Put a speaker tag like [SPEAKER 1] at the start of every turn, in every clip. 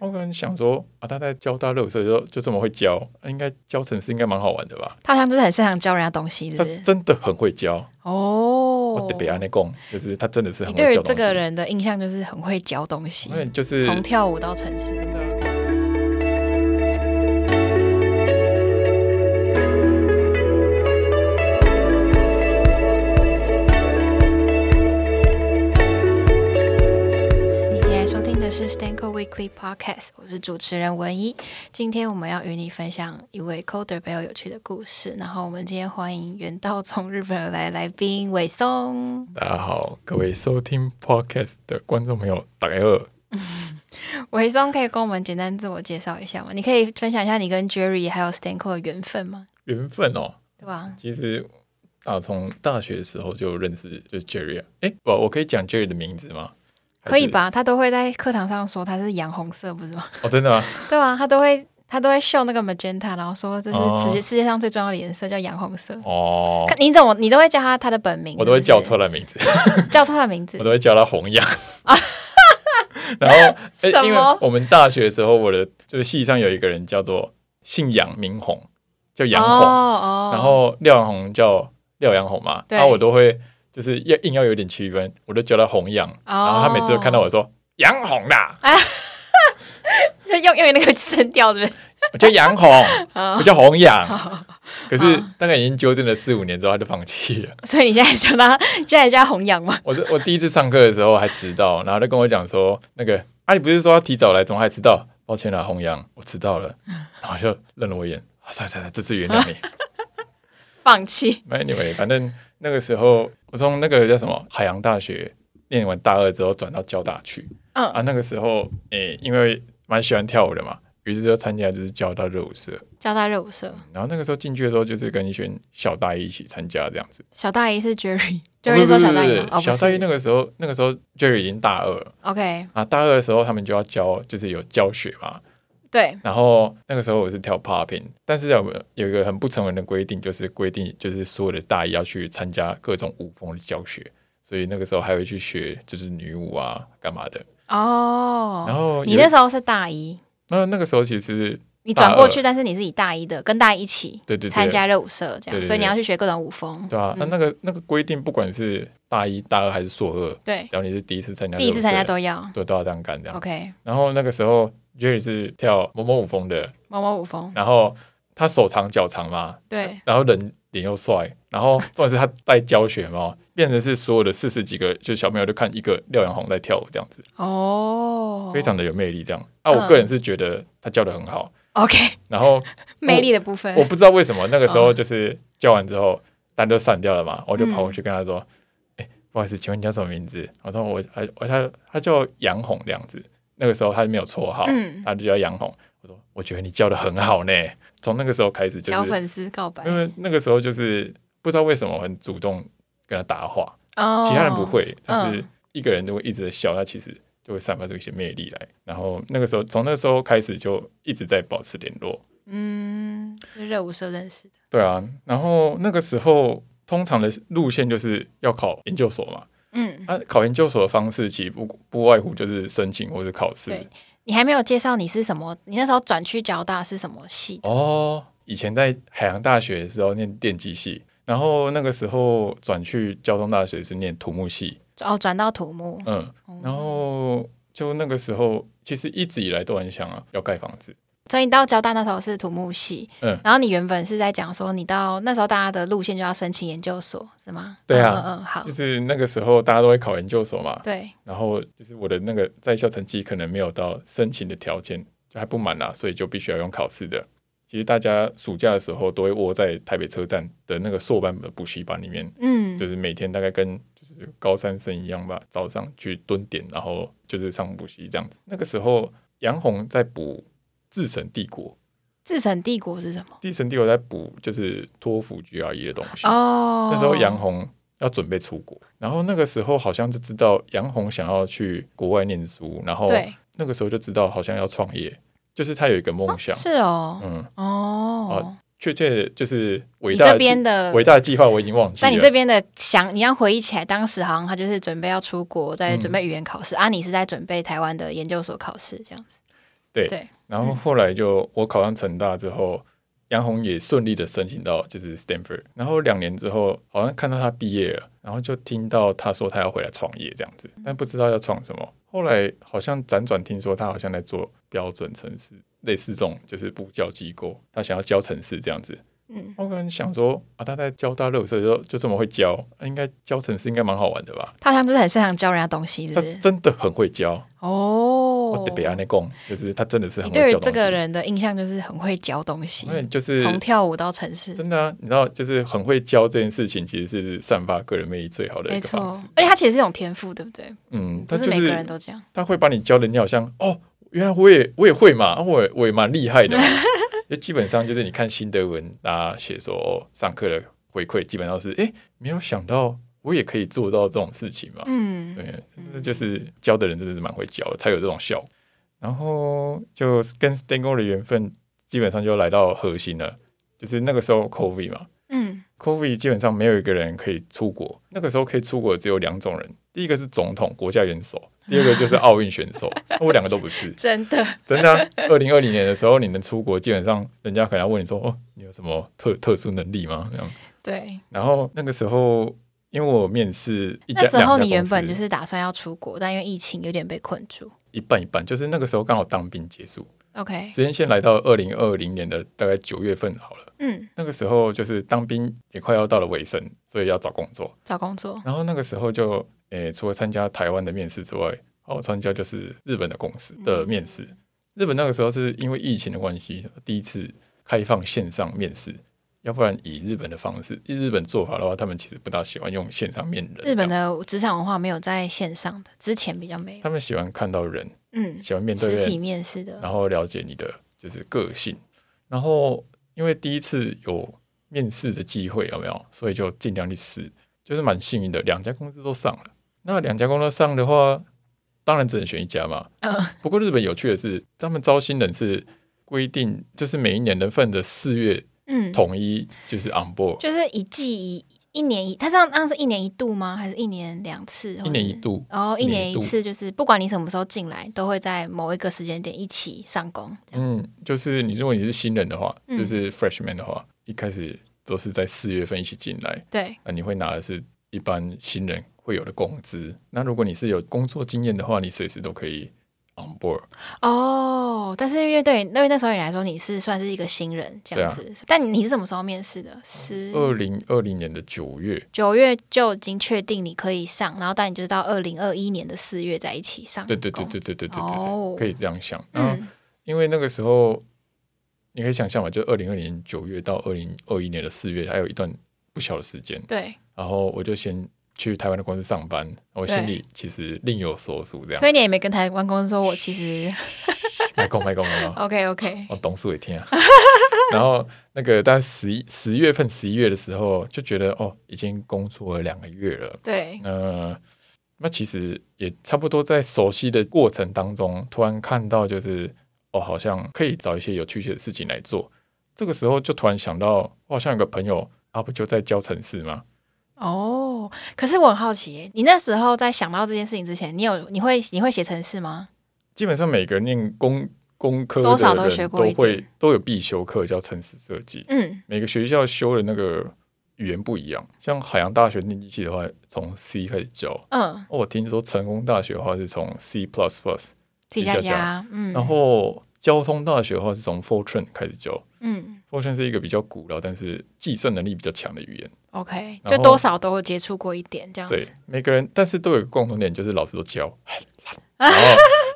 [SPEAKER 1] 我可能想说啊，他在教大热舞社的时候就这么会教，啊应该教程式应该蛮好玩的吧？
[SPEAKER 2] 他好像就是很擅长教人家东西，是
[SPEAKER 1] 他
[SPEAKER 2] 不是？
[SPEAKER 1] 真的很会教，
[SPEAKER 2] 哦
[SPEAKER 1] 呃我得被安内贡，就是他真的是很
[SPEAKER 2] 你
[SPEAKER 1] 会教
[SPEAKER 2] 对于
[SPEAKER 1] 东
[SPEAKER 2] 这个
[SPEAKER 1] 西，
[SPEAKER 2] 人的印象就是很会教东西
[SPEAKER 1] 因，为就是
[SPEAKER 2] 从跳舞到城市。你现在收听的是 Stanco Weekly Podcast，我是主持人文一。今天我们要与你分享一位 Coder 比较有趣的故事。然后我们今天欢迎远道从日本而来来宾伟松。
[SPEAKER 1] 大家好，各位收听 podcast 的观众朋友，大家好。
[SPEAKER 2] 伟松可以跟我们简单自我介绍一下吗？你可以分享一下你跟 Jerry 还有 Stanco 的缘分吗？
[SPEAKER 1] 缘分哦，
[SPEAKER 2] 对吧？
[SPEAKER 1] 其实啊，从大学的时候就认识，就是 Jerry 啊。哎，我我可以讲 Jerry 的名字吗？还是
[SPEAKER 2] 可以？吧？他都会在课堂上说他是洋红色，不是吗？
[SPEAKER 1] 哦，真的吗？
[SPEAKER 2] 对啊，他都会他都会秀那个 magenta，然后说这是世界、
[SPEAKER 1] 哦
[SPEAKER 2] 世界上最重要的颜色，叫洋红色。
[SPEAKER 1] 哦
[SPEAKER 2] 看，你怎么你都会叫他他的本名，
[SPEAKER 1] 我都会
[SPEAKER 2] 是不
[SPEAKER 1] 叫
[SPEAKER 2] 是
[SPEAKER 1] 错他名字，
[SPEAKER 2] 叫错他的名字
[SPEAKER 1] 我。都会叫他红羊。 然 后，诶
[SPEAKER 2] 啊什么
[SPEAKER 1] 因为我们大学的时候，我的就是系上有一个人叫做姓杨明红，叫杨红。
[SPEAKER 2] 哦哦，
[SPEAKER 1] 然后廖阳红叫廖阳红嘛，
[SPEAKER 2] 对
[SPEAKER 1] 然后我都会就是要硬要有点区分，我都叫他红
[SPEAKER 2] 哦
[SPEAKER 1] 阳，然后他每次都看到我说杨红 啦，
[SPEAKER 2] 就用用那个声调，对不 对？
[SPEAKER 1] 我叫杨红，
[SPEAKER 2] 哦
[SPEAKER 1] 我叫红阳。可是大概已经纠正了四五年之后，他就放弃了。
[SPEAKER 2] 所以你现在叫他，现在叫他红羊吗？
[SPEAKER 1] 我是我第一次上课的时候还迟到，然后他跟我讲说那个啊，你不是说要提早来，怎么还迟到？抱歉啦，啊红阳，我迟到了。然后就愣了我一眼，啊算了算了，这次原谅你。
[SPEAKER 2] 放弃。
[SPEAKER 1] Anyway，反正那个时候我从那个叫什么海洋大学念完大二之后转到交大去
[SPEAKER 2] 嗯、
[SPEAKER 1] 啊。那个时候，诶、因为蛮喜欢跳舞的嘛，于是就参加就是交大热舞社。
[SPEAKER 2] 叫他热舞社。
[SPEAKER 1] 然后那个时候进去的时候，就是跟一群小大一一起参加这样子。
[SPEAKER 2] 小大姨是 Jerry，
[SPEAKER 1] 不
[SPEAKER 2] Jerry
[SPEAKER 1] 是
[SPEAKER 2] 说小
[SPEAKER 1] 不
[SPEAKER 2] 大
[SPEAKER 1] 是
[SPEAKER 2] 姨
[SPEAKER 1] 不
[SPEAKER 2] 吗
[SPEAKER 1] 是
[SPEAKER 2] 哦，不
[SPEAKER 1] 小大一
[SPEAKER 2] 是
[SPEAKER 1] 那个时候，那个时候 Jerry 已经大二了
[SPEAKER 2] ，OK，
[SPEAKER 1] 啊。大二的时候，他们就要教，就是有教学嘛。
[SPEAKER 2] 对，
[SPEAKER 1] 然后那个时候我是跳 popping，但是有有一个很不成文的规定，就是规定就是所有的大一要去参加各种舞风的教学，所以那个时候还会去学就是女舞啊干嘛的。
[SPEAKER 2] 哦，
[SPEAKER 1] 然后
[SPEAKER 2] 你那
[SPEAKER 1] 时
[SPEAKER 2] 时候是大一，
[SPEAKER 1] 那那个时候其实
[SPEAKER 2] 你转过
[SPEAKER 1] 大二
[SPEAKER 2] 去，但是你是以大一的，跟大一一起
[SPEAKER 1] 对对对
[SPEAKER 2] 参加热舞社
[SPEAKER 1] 对
[SPEAKER 2] 这
[SPEAKER 1] 对
[SPEAKER 2] 样，
[SPEAKER 1] 对
[SPEAKER 2] 所以你要去学各种舞风。
[SPEAKER 1] 对啊，那、
[SPEAKER 2] 嗯
[SPEAKER 1] 那个那个规定不管是大一、大二还是硕二，
[SPEAKER 2] 对，
[SPEAKER 1] 只要你是第一次参加，
[SPEAKER 2] 第一次参加都哦要。
[SPEAKER 1] 都都要这样干这样。
[SPEAKER 2] OK，
[SPEAKER 1] 然后那个时候 Jerry 是跳某某舞风的，
[SPEAKER 2] 某某舞风，
[SPEAKER 1] 然后他手长脚长嘛，
[SPEAKER 2] 对，
[SPEAKER 1] 然后人脸又帅，然后重点是他带教学嘛， 变成是所有的四十几个就小朋友就看一个廖阳红在跳舞这样子，
[SPEAKER 2] 哦，
[SPEAKER 1] 非常的有魅力这样。啊，
[SPEAKER 2] 嗯
[SPEAKER 1] 我个人是觉得他教的很好，
[SPEAKER 2] OK，
[SPEAKER 1] 然 后
[SPEAKER 2] 魅力的部分
[SPEAKER 1] 我不知道为什么那个时
[SPEAKER 2] 哦
[SPEAKER 1] 候就是教完之后大家都散掉了嘛，我就
[SPEAKER 2] 嗯
[SPEAKER 1] 跑过去跟他说：“哎、不好意思，请问你叫什么名字？”我说我：“我我他他叫杨红这样子。”那个时候他没有绰号，
[SPEAKER 2] 嗯
[SPEAKER 1] 他就叫杨红。我说：“我觉得你教的很好呢。”从那个时候开始就
[SPEAKER 2] 小
[SPEAKER 1] 是
[SPEAKER 2] 粉丝告白，
[SPEAKER 1] 因为那个时候就是不知道为什么很主动跟他搭话，
[SPEAKER 2] 哦，嗯
[SPEAKER 1] 其他人不，会，但是一个人如果一直在笑，他其实就会散发出一些魅力来。然后那个时候，从那时候开始就一直在保持联络。
[SPEAKER 2] 嗯，是热舞社认识的，
[SPEAKER 1] 对啊，然后那个时候通常的路线就是要考研究所嘛。
[SPEAKER 2] 嗯，
[SPEAKER 1] 啊，考研究所的方式其实不不外乎就是申请或者考试。
[SPEAKER 2] 对你还没有介绍你是什么，你那时候转去交大是什么系？
[SPEAKER 1] 哦，以前在海洋大学的时候念电机系，然后那个时候转去交通大学是念土木系。
[SPEAKER 2] 哦，转到土木，
[SPEAKER 1] 嗯，然后就那个时候，其实一直以来都很想啊，要盖房子。
[SPEAKER 2] 所以你到交大那时候是土木系，
[SPEAKER 1] 嗯
[SPEAKER 2] 然后你原本是在讲说你到那时候大家的路线就要申请研究所是吗？
[SPEAKER 1] 对啊
[SPEAKER 2] 嗯嗯嗯，好
[SPEAKER 1] 就，是那个时候大家都会考研究所嘛，
[SPEAKER 2] 对，
[SPEAKER 1] 然后就是我的那个在校成绩可能没有到申请的条件，就还不满啦、所以就必须要用考试的。其实大家暑假的时候都会窝在台北车站的那个硕班的补习班里面，
[SPEAKER 2] 嗯
[SPEAKER 1] 就是每天大概跟就是高三生一样吧，早上去蹲点，然后就是上补习这样子。那个时候杨红在补《自神帝国》，
[SPEAKER 2] 自成帝国是什么？
[SPEAKER 1] 第神帝有在补就是托福 GRE 的东西。
[SPEAKER 2] 哦，
[SPEAKER 1] 那时候杨红要准备出国，然后那个时候好像就知道杨红想要去国外念书，然后
[SPEAKER 2] 对
[SPEAKER 1] 那个时候就知道好像要创业，就是他有一个梦想。
[SPEAKER 2] 是哦，
[SPEAKER 1] 嗯，
[SPEAKER 2] 哦，
[SPEAKER 1] 确切就是伟
[SPEAKER 2] 你
[SPEAKER 1] 大
[SPEAKER 2] 这
[SPEAKER 1] 的计
[SPEAKER 2] 边的。
[SPEAKER 1] 伟大的计划我已经忘记
[SPEAKER 2] 那你这
[SPEAKER 1] 了。
[SPEAKER 2] 边的想，你要回忆起来，当时好像他就是
[SPEAKER 1] 嗯
[SPEAKER 2] 准备要出国，在准备语言考试、啊，你是在准备台湾的研究所考试这样子。
[SPEAKER 1] 对
[SPEAKER 2] 对，
[SPEAKER 1] 然后后来就我考上成大之后，杨红也顺利的申请到就是 Stanford，然后两年之后好像看到他毕业了，然后就听到他说他要回来创业这样子，
[SPEAKER 2] 嗯
[SPEAKER 1] 但不知道要创什么。后来好像辗转听说他好像在做标准城市，类似这种就是补教机构，他想要教城市这样子。
[SPEAKER 2] 嗯，
[SPEAKER 1] 我可能想说啊，他在教大热社就就这么会教，啊应该教城市应该蛮好玩的吧？
[SPEAKER 2] 他好像就是很擅长教人家东西，是
[SPEAKER 1] 他
[SPEAKER 2] 不是？
[SPEAKER 1] 真的很会教，
[SPEAKER 2] 哦
[SPEAKER 1] 我得被安内贡，就是他真的是
[SPEAKER 2] 你
[SPEAKER 1] 很会
[SPEAKER 2] 对
[SPEAKER 1] 教
[SPEAKER 2] 于
[SPEAKER 1] 东西。
[SPEAKER 2] 这个人的印象就是很会教东西
[SPEAKER 1] 因，为就是
[SPEAKER 2] 从跳舞到城市，
[SPEAKER 1] 真的啊，你知道，就是很会教这件事情，其实是散发个人魅力最好的
[SPEAKER 2] 没
[SPEAKER 1] 一个
[SPEAKER 2] 错
[SPEAKER 1] 方式。。
[SPEAKER 2] 而且他其实是一种天赋，对不对？
[SPEAKER 1] 嗯，
[SPEAKER 2] 不
[SPEAKER 1] 他
[SPEAKER 2] 是
[SPEAKER 1] 就
[SPEAKER 2] 每个人
[SPEAKER 1] 是
[SPEAKER 2] 都这样。
[SPEAKER 1] 他会把你教的，你好像哦，原来我也我也会嘛，啊我也我也蛮厉害 的嘛。就基本上就是你看新德文，大家写说、哦、上课的回馈，基本上是诶，没有想到我也可以做到这种事情嘛。
[SPEAKER 2] 嗯，
[SPEAKER 1] 对，那就是教的人真的是蛮会教的，才有这种效果。然后就跟 Stango 的缘分基本上就来到核心了，就是那个时候 COVID 嘛，
[SPEAKER 2] 嗯
[SPEAKER 1] COVID 基本上没有一个人可以出国，那个时候可以出国的只有两种人，第一个是总统、国家元首，第二个就是奥运选 手。我两个都不是，
[SPEAKER 2] 真的，
[SPEAKER 1] 真的、啊。二零二零年的时候，你能出国，基本上人家可能要问你说：“哦，你有什么特特殊能力吗？”这样。
[SPEAKER 2] 对。
[SPEAKER 1] 然后那个时候，因为我面试一家
[SPEAKER 2] 那时候
[SPEAKER 1] 两家
[SPEAKER 2] 你原本
[SPEAKER 1] 公司
[SPEAKER 2] 就是打算要出国，但因为疫情有点被困住。
[SPEAKER 1] 一半一半，就是那个时候刚好当兵结束，
[SPEAKER 2] OK，
[SPEAKER 1] 时间线来到二零二零年的大概九月份好了。
[SPEAKER 2] 嗯，
[SPEAKER 1] 那个时候就是当兵也快要到了尾声，所以要找工作。
[SPEAKER 2] 找工作，
[SPEAKER 1] 然后那个时候就，诶、除了参加台湾的面试之外，还有参加就是日本的公司
[SPEAKER 2] 嗯
[SPEAKER 1] 的面试。日本那个时候是因为疫情的关系，第一次开放线上面试，要不然以日本的方式，以日本做法的话，他们其实不大喜欢用线上面人。
[SPEAKER 2] 日本，的职场文化没有在线上的，之前比较没有。
[SPEAKER 1] 他们喜欢看到人，
[SPEAKER 2] 嗯，
[SPEAKER 1] 喜欢面对
[SPEAKER 2] 实体
[SPEAKER 1] 面，
[SPEAKER 2] 面试
[SPEAKER 1] 然
[SPEAKER 2] 的，
[SPEAKER 1] 后了解你的就是个性。然后因为第一次有面试的机会，有没有？所以就尽量去试，就是蛮幸运的，两家公司都上了。那两家公司上的话，当然只能选一家嘛。
[SPEAKER 2] 嗯、
[SPEAKER 1] 不过日本有趣的是，他们招新人是规定，就是每一年人份的四月
[SPEAKER 2] 嗯，
[SPEAKER 1] 统一就是 on board，
[SPEAKER 2] 就是一季一一年一，它这样那是一年一度吗？还是一年两次？
[SPEAKER 1] 一年一。度。
[SPEAKER 2] 然后
[SPEAKER 1] 一
[SPEAKER 2] 哦一
[SPEAKER 1] 年
[SPEAKER 2] 年
[SPEAKER 1] 一
[SPEAKER 2] 一
[SPEAKER 1] 度
[SPEAKER 2] 次，就是不管你什么时候进来，都会在某一个时间点一起上工。这样
[SPEAKER 1] 嗯，就是你如果你是新人的话，
[SPEAKER 2] 嗯
[SPEAKER 1] 就是 freshman 的话，一开始都是在四月份一起进来。
[SPEAKER 2] 对，
[SPEAKER 1] 那你会拿的是一般新人会有的工资。那如果你是有工作经验的话，你随时都可以 on board。
[SPEAKER 2] 哦，但是因为对，因为那时候你来说你是算是一个新人这样子，但你是什么时候面试的？
[SPEAKER 1] 啊
[SPEAKER 2] 十
[SPEAKER 1] 二零二零年的九月，
[SPEAKER 2] 九月就已经确定你可以上，然后但你就是到二零二一年的四月再一起上。嗯
[SPEAKER 1] 对对对对对对对对对，
[SPEAKER 2] 哦
[SPEAKER 1] 可以这样想。嗯，
[SPEAKER 2] 嗯，
[SPEAKER 1] 因为那个时候你可以想象嘛，就二零二零年九月到二零二一年的四月，还有一段不小的时间。
[SPEAKER 2] 对，
[SPEAKER 1] 然后我就先去台湾的公司上班，我心
[SPEAKER 2] 对
[SPEAKER 1] 里其实另有所属，这样
[SPEAKER 2] 所。以你也没跟台湾公司说我其实
[SPEAKER 1] 卖公卖公卖公。
[SPEAKER 2] OK OK，
[SPEAKER 1] 哦，董事也听啊。 然后那个大概十一十月份、十一月的时候，就觉得哦，已经工作了两个月了。
[SPEAKER 2] 对，
[SPEAKER 1] 呃，那其实也差不多在熟悉的过程当中，突然看到就是哦，好像可以找一些有趣的事情来做。这个时候就突然想到，我好像有个朋友，他、不就在教城市吗？
[SPEAKER 2] 哦，可是我很好奇耶，你那时候在想到这件事情之前，你有你会你会写程式吗？
[SPEAKER 1] 基本上每个念工工科
[SPEAKER 2] 多少
[SPEAKER 1] 的
[SPEAKER 2] 都学
[SPEAKER 1] 人
[SPEAKER 2] 过
[SPEAKER 1] 都
[SPEAKER 2] 一
[SPEAKER 1] 会
[SPEAKER 2] 点
[SPEAKER 1] 都有必修课叫城市设计。
[SPEAKER 2] 嗯，
[SPEAKER 1] 每个学校修的那个语言不一样，像海洋大学经济系的话，从 C 开始教。
[SPEAKER 2] 嗯，
[SPEAKER 1] 哦，我听说成功大学的话是从 C plus plus，
[SPEAKER 2] 自己
[SPEAKER 1] 加
[SPEAKER 2] 加
[SPEAKER 1] 加
[SPEAKER 2] 加，嗯，
[SPEAKER 1] 然后交通大学的话是从 Fortran 开始教。
[SPEAKER 2] 嗯
[SPEAKER 1] Fortran 是一个比较古老，但是计算能力比较强的语言。
[SPEAKER 2] ，OK，
[SPEAKER 1] 然后
[SPEAKER 2] 就多少都有接触过一点这样
[SPEAKER 1] 对
[SPEAKER 2] 子，，
[SPEAKER 1] 每个人，但是都有一个共同点，就是老师都教， 然后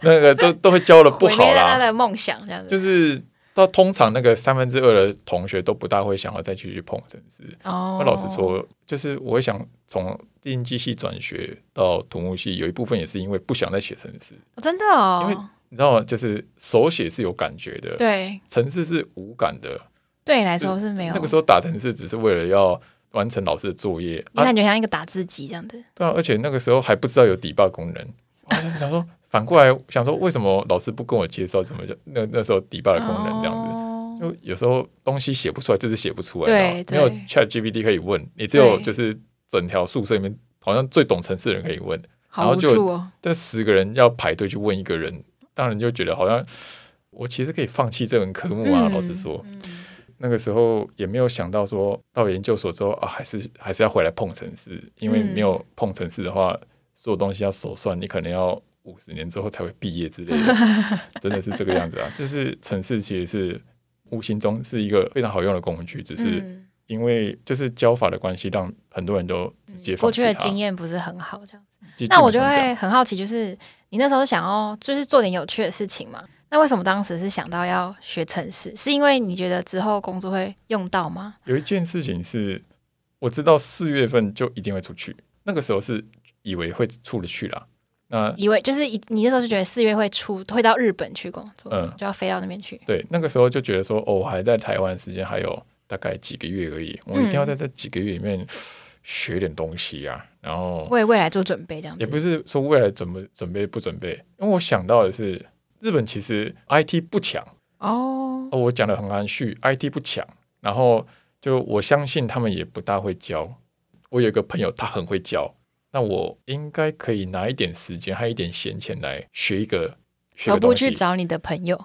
[SPEAKER 1] 那个都都会教的不
[SPEAKER 2] 毁
[SPEAKER 1] 好
[SPEAKER 2] 灭了他
[SPEAKER 1] 啦，
[SPEAKER 2] 的梦想这样子，
[SPEAKER 1] 就是到通常那个三分之二的同学都不大会想要再继续碰城市。
[SPEAKER 2] 哦
[SPEAKER 1] 那老实，说，就是我会想从电机系转学到土木系，有一部分也是因为不想再写程式，
[SPEAKER 2] 哦真的
[SPEAKER 1] 因为
[SPEAKER 2] 哦，
[SPEAKER 1] 你知道吗？就是手写是有感觉的，
[SPEAKER 2] 对，
[SPEAKER 1] 程式是无感的。
[SPEAKER 2] 对你来说是没有，
[SPEAKER 1] 那个时候打程式只是为了要完成老师的作业
[SPEAKER 2] 你
[SPEAKER 1] 啊，
[SPEAKER 2] 感觉像一个打字机这样子，
[SPEAKER 1] 对啊，而且那个时候还不知道有 debug 功 能，我就想说。反过来想说，为什么老师不跟我介绍什么叫那那时候 debug 的功能这样子？
[SPEAKER 2] 哦
[SPEAKER 1] 就有时候东西写不出来，就是写不出来。
[SPEAKER 2] 对
[SPEAKER 1] 你知
[SPEAKER 2] 对
[SPEAKER 1] 道吗没有 Chat GPT 可以问，你只有
[SPEAKER 2] 对
[SPEAKER 1] 就是整条宿舍里面好像最懂程式的人可以
[SPEAKER 2] 嗯
[SPEAKER 1] 问，然
[SPEAKER 2] 好
[SPEAKER 1] 后
[SPEAKER 2] 无
[SPEAKER 1] 就
[SPEAKER 2] 助哦，
[SPEAKER 1] 但十个人要排队去问一个人，当然就觉得好像我其实可以放弃这门科目啊。
[SPEAKER 2] 嗯
[SPEAKER 1] 老实说，
[SPEAKER 2] 嗯
[SPEAKER 1] 那个时候也没有想到说到研究所之后啊，还是还是要回来碰城市，因为
[SPEAKER 2] 嗯
[SPEAKER 1] 没有碰城市的话，所有东西要手算，你可能要五十年之后才会毕业之类 的，真的是这个样子啊。就是城市其实是无形中是一个非常好用的工具，只是
[SPEAKER 2] 嗯
[SPEAKER 1] 因为就是教法的关系，让很多人都直接放
[SPEAKER 2] 过
[SPEAKER 1] 弃
[SPEAKER 2] 去
[SPEAKER 1] 它。
[SPEAKER 2] 的经验不是很好，这样子。
[SPEAKER 1] 基
[SPEAKER 2] 那我
[SPEAKER 1] 基
[SPEAKER 2] 就
[SPEAKER 1] 本上这样
[SPEAKER 2] 会很好奇，就是你那时候想要就是做点有趣的事情嘛？那为什么当时是想到要学城市？是因为你觉得之后工作会用到吗？
[SPEAKER 1] 有一件事情是，我知道四月份就一定会出去，那个时候是以为会出得去啦。那
[SPEAKER 2] 以为就是一你那时候就觉得四月会出会到日本去工作，
[SPEAKER 1] 嗯
[SPEAKER 2] 就要飞到那边去。
[SPEAKER 1] 对，那个时候就觉得说，哦，我还在台湾的时间还有大概几个月而已，我一定要在这几个月里
[SPEAKER 2] 嗯
[SPEAKER 1] 面学点东西啊。然后
[SPEAKER 2] 为未来做准备，这样
[SPEAKER 1] 也
[SPEAKER 2] 子。
[SPEAKER 1] 不是说未来准备准备不准备，因为我想到的是，日本其实 IT 不强，
[SPEAKER 2] 哦，
[SPEAKER 1] 哦，我讲的很含蓄，IT 不强，然后就我相信他们也不大会教。我有一个朋友，他很会教，那我应该可以拿一点时间，还有一点闲钱来学一个学
[SPEAKER 2] 何
[SPEAKER 1] 个
[SPEAKER 2] 不
[SPEAKER 1] 东
[SPEAKER 2] 去
[SPEAKER 1] 西。
[SPEAKER 2] 找你的朋友？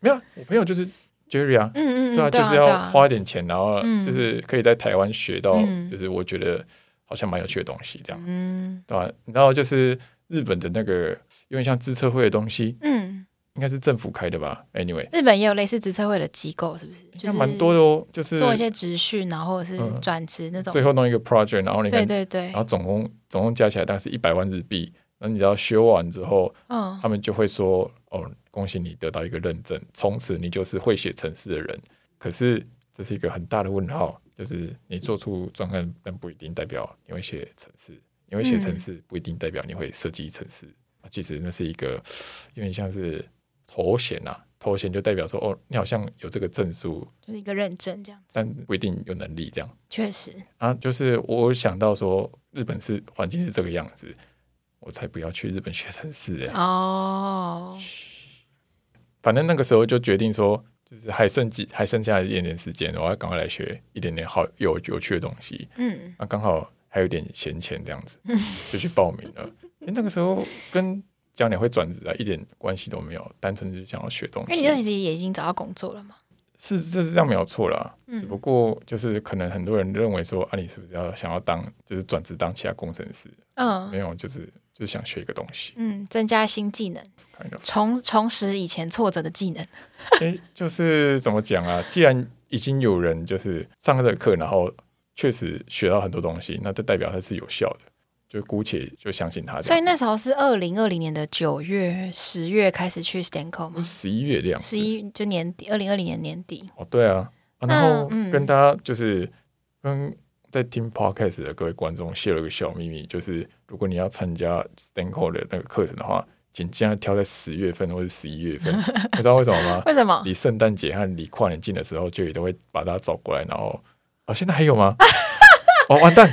[SPEAKER 1] 没有，我朋友就是 Jerry 啊，
[SPEAKER 2] 嗯嗯嗯，
[SPEAKER 1] 对啊，就是
[SPEAKER 2] 对
[SPEAKER 1] 要
[SPEAKER 2] 啊
[SPEAKER 1] 花一点钱，然后
[SPEAKER 2] 嗯
[SPEAKER 1] 就是可以在台湾学到
[SPEAKER 2] 嗯，
[SPEAKER 1] 就是我觉得好像蛮有趣的东西，这样
[SPEAKER 2] 嗯
[SPEAKER 1] 对吧、啊然后就是日本的那个有点像自测会的东西，
[SPEAKER 2] 嗯，
[SPEAKER 1] 应该是政府开的吧？Anyway，
[SPEAKER 2] 日本也有类似职测会的机构，是不是？
[SPEAKER 1] 应
[SPEAKER 2] 就
[SPEAKER 1] 该
[SPEAKER 2] 是
[SPEAKER 1] 蛮多的哦，就是
[SPEAKER 2] 做一些职训，然后或者是
[SPEAKER 1] 嗯
[SPEAKER 2] 转职那种。
[SPEAKER 1] 最后弄一个 project，然后你看
[SPEAKER 2] 对对对
[SPEAKER 1] 然，后总共总共加起来大概是一百万日币。那你只要学完之后，
[SPEAKER 2] 嗯
[SPEAKER 1] 他们就会说：“哦，恭喜你得到一个认证，从此你就是会写程式的人。”可是这是一个很大的问号，就是你做出专案，但不一定代表你会写程式，因为写程式不一定代表你会设计程式。啊其实那是一个有点像是头衔啊，头衔就代表说：“哦，你好像有这个证书，
[SPEAKER 2] 就是一个认证这样子。
[SPEAKER 1] 但不一定有能力。”这样。
[SPEAKER 2] 确实，
[SPEAKER 1] 啊，就是我想到说，日本是环境是这个样子，我才不要去日本学城市嘞。
[SPEAKER 2] 哦，
[SPEAKER 1] 反正那个时候就决定说，就是还剩几还剩下一点点时间，我要赶快来学一点点好有有趣的东西。
[SPEAKER 2] 嗯，
[SPEAKER 1] 那、刚好还有点闲钱这 样子，就去报名了。诶那个时候跟讲你会转职啊一点关系都没有，单纯就是想要学东
[SPEAKER 2] 因为哎你那时候
[SPEAKER 1] 西。
[SPEAKER 2] 其实也已经找到工作了嘛。
[SPEAKER 1] 是这是这样没有错啦，
[SPEAKER 2] 嗯
[SPEAKER 1] 只不过就是可能很多人认为说，啊，你是不是要想要当就是转职当其他工程师？没
[SPEAKER 2] 嗯
[SPEAKER 1] 有，就是就是想学一个东西
[SPEAKER 2] 嗯，增加新技能，
[SPEAKER 1] ，kind of，
[SPEAKER 2] 重重拾以前挫折的技能。
[SPEAKER 1] 诶就是怎么讲啊？既然已经有人就是上这个课，然后确实学到很多东西，那就代表它是有效的，就姑且就相信它这
[SPEAKER 2] 所以
[SPEAKER 1] 样子。
[SPEAKER 2] 那时候是二零二零年的九月、十月开始去 Stanco 吗
[SPEAKER 1] 不是？十一月的样
[SPEAKER 2] 十
[SPEAKER 1] 子，
[SPEAKER 2] 一就年底，二零二零年年底。
[SPEAKER 1] 哦，对啊，啊
[SPEAKER 2] 那
[SPEAKER 1] 然后
[SPEAKER 2] 嗯
[SPEAKER 1] 跟大家就是跟在听 podcast 的各位观众泄露一个小秘密，就是如果你要参加 Stanco 的那个课程的话，请尽量挑在十月份或者十一月 份，你知道为什么吗？
[SPEAKER 2] 为什么？
[SPEAKER 1] 离圣诞节和离跨年近的时候，就也都会把大家找过来，然后哦，现在还有吗？ 哦，完蛋，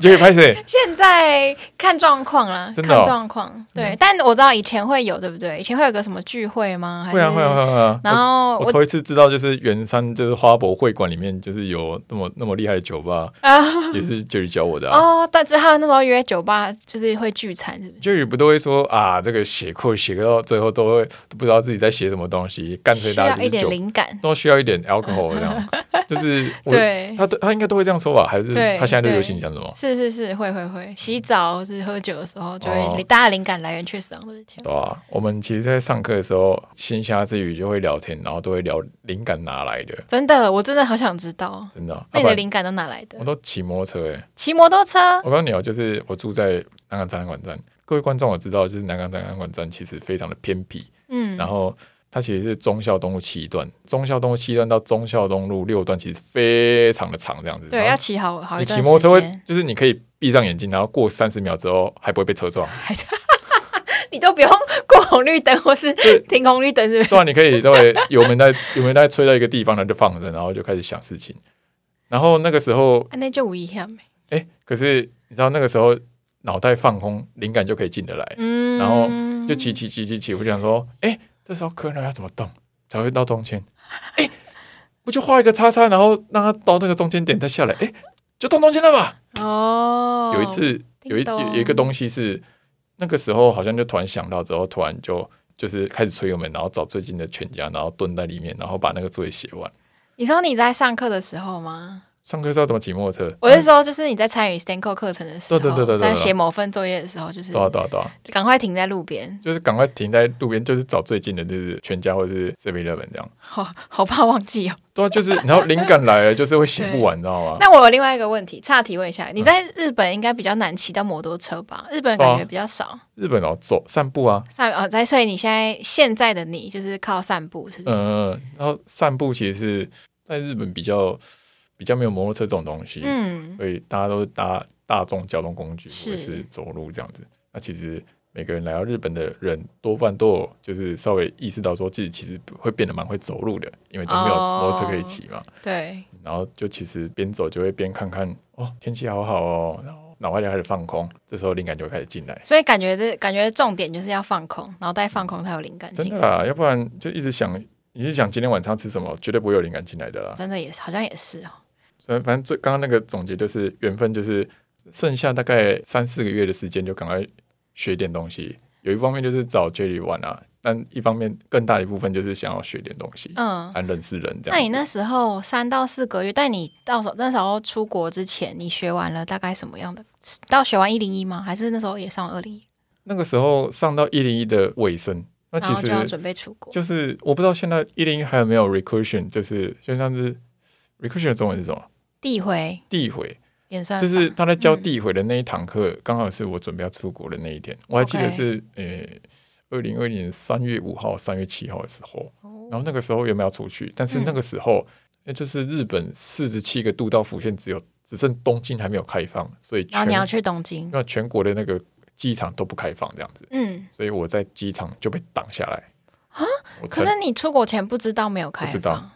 [SPEAKER 1] 就会拍 谁？
[SPEAKER 2] 现在看状况啦，
[SPEAKER 1] 真的哦
[SPEAKER 2] 看状况。对，但我知道以前会有，对不对？以前会有个什么聚会吗？还是
[SPEAKER 1] 会啊，会啊，会啊会啊！
[SPEAKER 2] 然
[SPEAKER 1] 我
[SPEAKER 2] 后
[SPEAKER 1] 我头一次知道，就是圆山就是花博会馆里面，就是有那么那么厉害的酒吧，
[SPEAKER 2] 啊
[SPEAKER 1] 也是 Jerry 教我的啊。
[SPEAKER 2] 哦，但是他们那时候约酒吧，就是会聚餐，是不是？
[SPEAKER 1] Jerry 不都会说啊，这个写扣写到最后都会都不知道自己在写什么东西，干脆
[SPEAKER 2] 需
[SPEAKER 1] 大
[SPEAKER 2] 要
[SPEAKER 1] 家就
[SPEAKER 2] 一
[SPEAKER 1] 是
[SPEAKER 2] 点
[SPEAKER 1] 酒
[SPEAKER 2] 灵感。
[SPEAKER 1] 都需要一点 alcohol 这 样，就是我
[SPEAKER 2] 对
[SPEAKER 1] 他都他应该都会这样说吧？还是
[SPEAKER 2] 对
[SPEAKER 1] 他现在都
[SPEAKER 2] 对
[SPEAKER 1] 流行讲什么？
[SPEAKER 2] 是是是，会会会，洗澡或是喝酒的时候，就会、
[SPEAKER 1] 哦
[SPEAKER 2] 大家灵感来源确实啊，我的天，
[SPEAKER 1] 对啊，我们其实，在上课的时候，闲暇之余就会聊天，然后都会聊灵感哪来的，
[SPEAKER 2] 真的，我真的好想知道，
[SPEAKER 1] 真的啊。
[SPEAKER 2] 那
[SPEAKER 1] 要
[SPEAKER 2] 你
[SPEAKER 1] 不
[SPEAKER 2] 的
[SPEAKER 1] 然
[SPEAKER 2] 灵感都哪来
[SPEAKER 1] 我
[SPEAKER 2] 的？
[SPEAKER 1] 都骑摩托车诶、欸。
[SPEAKER 2] 骑摩托车
[SPEAKER 1] 我告诉你哦，就是我住在南港展览馆站，各位观众我知道，就是南港展览馆站其实非常的偏僻，
[SPEAKER 2] 嗯
[SPEAKER 1] 然后它其实是忠孝东路七段，忠孝东路七段到忠孝东路六段其实非常的长，这样子。
[SPEAKER 2] 对，
[SPEAKER 1] 然后
[SPEAKER 2] 要骑好好
[SPEAKER 1] 你
[SPEAKER 2] 一
[SPEAKER 1] 骑
[SPEAKER 2] 段
[SPEAKER 1] 摩
[SPEAKER 2] 时
[SPEAKER 1] 托车会
[SPEAKER 2] 间，，
[SPEAKER 1] 就是你可以闭上眼睛，然后过三十秒之后还不会被车撞。
[SPEAKER 2] 还是你都不用过红绿灯 或是停红绿灯，是不是？
[SPEAKER 1] 对啊，你可以稍微油门在油门在吹到一个地方，然后就放着，然后就开始想事情。然后那个时候，
[SPEAKER 2] 啊那就无遗憾呗。
[SPEAKER 1] 哎，可是你知道那个时候脑袋放空，灵感就可以进得来，
[SPEAKER 2] 嗯，
[SPEAKER 1] 然后就骑骑骑骑骑，我就想说，哎，这时候柯南要怎么动才会到中间？哎，不就画一个叉叉，然后让它到那个中间点再下来，哎，就到中间了吧？
[SPEAKER 2] 哦，
[SPEAKER 1] 有一次有一
[SPEAKER 2] 叮
[SPEAKER 1] 有
[SPEAKER 2] 咚
[SPEAKER 1] 有一个东西是那个时候好像就突然想到之后，突然就。就是开始吹油门，然后找最近的全家，然后蹲在里面，然后把那个作业写完。
[SPEAKER 2] 你说你在上课的时候吗？
[SPEAKER 1] 上课是要怎么骑摩托车？
[SPEAKER 2] 我是说，就是你在参与 Stanco 课程的时候，
[SPEAKER 1] 对对对对对对
[SPEAKER 2] 在写某份作业的时候，就是
[SPEAKER 1] 对啊对啊对啊，
[SPEAKER 2] 赶快停在路边，
[SPEAKER 1] 就是赶快停在路边，就是找最近的，就是全家或者是 Seven Eleven 这样。
[SPEAKER 2] 好好怕忘记哦。
[SPEAKER 1] 对啊，就是然后灵感来了，就是会写不完，你知啊道吗？
[SPEAKER 2] 那我有另外一个问题，岔题问一下，你在日本应该比较难骑到摩托车吧？日本感觉比较少，
[SPEAKER 1] 日本嗯哦，走散步啊，
[SPEAKER 2] 散哦，在所以你现在现在的你就是靠散步，是不是？
[SPEAKER 1] 嗯，然后散步其实是在日本比较比较没有摩托车这种东西，
[SPEAKER 2] 嗯，
[SPEAKER 1] 所以大家都是搭大众交通工具
[SPEAKER 2] 是
[SPEAKER 1] 或者是走路这样子。那其实每个人来到日本的人，多半都有就是稍微意识到说自己其实会变得蛮会走路的，因为都没有
[SPEAKER 2] 哦
[SPEAKER 1] 摩托车可以骑嘛。
[SPEAKER 2] 对，
[SPEAKER 1] 然后就其实边走就会边看看，哦，天气好好哦，然后脑海里开始放空，这时候灵感就会开始进来。
[SPEAKER 2] 所以感觉这感觉重点就是要放空，脑袋放空才有灵感
[SPEAKER 1] 真
[SPEAKER 2] 进
[SPEAKER 1] 的
[SPEAKER 2] 来。
[SPEAKER 1] 啦，要不然就一直想，你是想今天晚上吃什么，绝对不会有灵感进来的啦。
[SPEAKER 2] 真的也是，好像也是哦。
[SPEAKER 1] 所以反正最刚刚那个总结就是缘分，就是剩下大概三四个月的时间，就赶快学点东西。有一方面就是找 Jerry 玩啊，但一方面更大一部分就是想要学点东西，
[SPEAKER 2] 嗯，
[SPEAKER 1] 还认识人这样子。
[SPEAKER 2] 那你那时候三到四个月，但你到时候那时候出国之前，你学完了大概什么样的？到学完一零一吗？还是那时候也上二零一？
[SPEAKER 1] 那个时候上到一零一的尾声，那
[SPEAKER 2] 然
[SPEAKER 1] 其
[SPEAKER 2] 后
[SPEAKER 1] 实
[SPEAKER 2] 就要准备出国。
[SPEAKER 1] 就是我不知道现在一零一还有没有 recursion，就是就像是 recursion 的中文是什么？
[SPEAKER 2] 递回
[SPEAKER 1] 递回，
[SPEAKER 2] 演算法，
[SPEAKER 1] 就是他在教
[SPEAKER 2] 嗯
[SPEAKER 1] 递回的那一堂课，刚、好是我准备要出国的那一天。我还记得
[SPEAKER 2] OK
[SPEAKER 1] 是呃二零二零年三月五号、三月七号的时候，
[SPEAKER 2] 哦
[SPEAKER 1] 然后那个时候原本要出去，但是
[SPEAKER 2] 嗯
[SPEAKER 1] 那个时候、那就是日本四十七个都道府县只有只剩东京还没有开放，所以
[SPEAKER 2] 然
[SPEAKER 1] 全
[SPEAKER 2] 哦后你要去东京，
[SPEAKER 1] 那全国的那个机场都不开放这样子，
[SPEAKER 2] 嗯，
[SPEAKER 1] 所以我在机场就被挡下来。我才
[SPEAKER 2] 啊可是你出国前不知道没有开
[SPEAKER 1] 不知道
[SPEAKER 2] 放，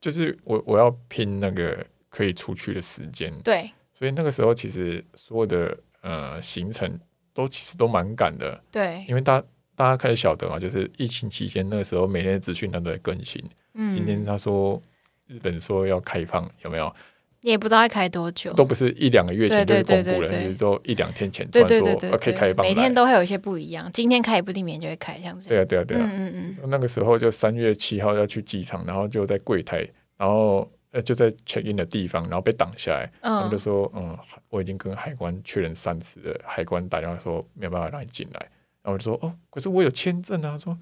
[SPEAKER 1] 就是我我要拼那个可以出去的时间，
[SPEAKER 2] 对
[SPEAKER 1] 所以那个时候其实所有的呃行程都其实都蛮赶的，
[SPEAKER 2] 对，
[SPEAKER 1] 因为大大家开始晓得嘛，就是疫情期间那个时候每天的资讯它都在更新。
[SPEAKER 2] 嗯，
[SPEAKER 1] 今天他说日本说要开放，有没有？
[SPEAKER 2] 你也不知道要开多久，
[SPEAKER 1] 都不是一两个月前就
[SPEAKER 2] 对
[SPEAKER 1] 是公
[SPEAKER 2] 对
[SPEAKER 1] 布
[SPEAKER 2] 对
[SPEAKER 1] 了，
[SPEAKER 2] 对对
[SPEAKER 1] 只是说一两天前突
[SPEAKER 2] 对
[SPEAKER 1] 然
[SPEAKER 2] 对
[SPEAKER 1] 说
[SPEAKER 2] 对对
[SPEAKER 1] 呃可以
[SPEAKER 2] 对
[SPEAKER 1] 开放
[SPEAKER 2] 每天
[SPEAKER 1] 来。
[SPEAKER 2] 都会有一些不一样，今天开也不一定，明天就会开，像这
[SPEAKER 1] 对啊
[SPEAKER 2] 样，
[SPEAKER 1] 对啊对啊，
[SPEAKER 2] 嗯嗯嗯，
[SPEAKER 1] 那个时候就三月七号要去机场，然后就在柜台，然后呃就在 check in 的地方，然后被挡下来。他们就
[SPEAKER 2] 嗯，
[SPEAKER 1] 说，嗯，我已经跟海关确认三次了，海关打电话说没有办法让你进来。然后我就说，哦，可是我有签证啊。说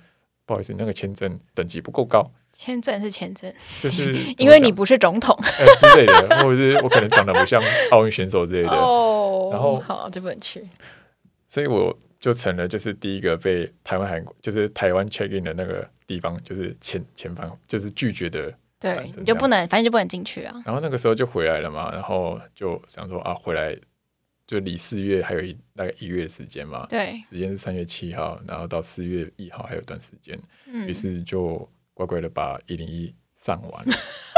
[SPEAKER 1] 不好意思，那个签证等级不够高，
[SPEAKER 2] 签证是签证，
[SPEAKER 1] 就是
[SPEAKER 2] 因为
[SPEAKER 1] 怎
[SPEAKER 2] 你
[SPEAKER 1] 么
[SPEAKER 2] 不是总统
[SPEAKER 1] 讲、呃、之类的，或者是我可能长得不像奥运选手之类的，
[SPEAKER 2] 哦
[SPEAKER 1] 然后
[SPEAKER 2] 好就不能去，
[SPEAKER 1] 所以我就成了就是第一个被台湾海关就是台湾 check in 的那个地方，就是前前方就是拒绝的反
[SPEAKER 2] 对
[SPEAKER 1] 正
[SPEAKER 2] 你就不
[SPEAKER 1] 这
[SPEAKER 2] 能，反正就不能进去啊，
[SPEAKER 1] 然后那个时候就回来了嘛，然后就想说啊，回来就离四月还有一大概一月的时间嘛，
[SPEAKER 2] 对，
[SPEAKER 1] 时间是三月七号，然后到四月一号还有一段时间，
[SPEAKER 2] 嗯
[SPEAKER 1] 于，是就乖乖的把一零一上完。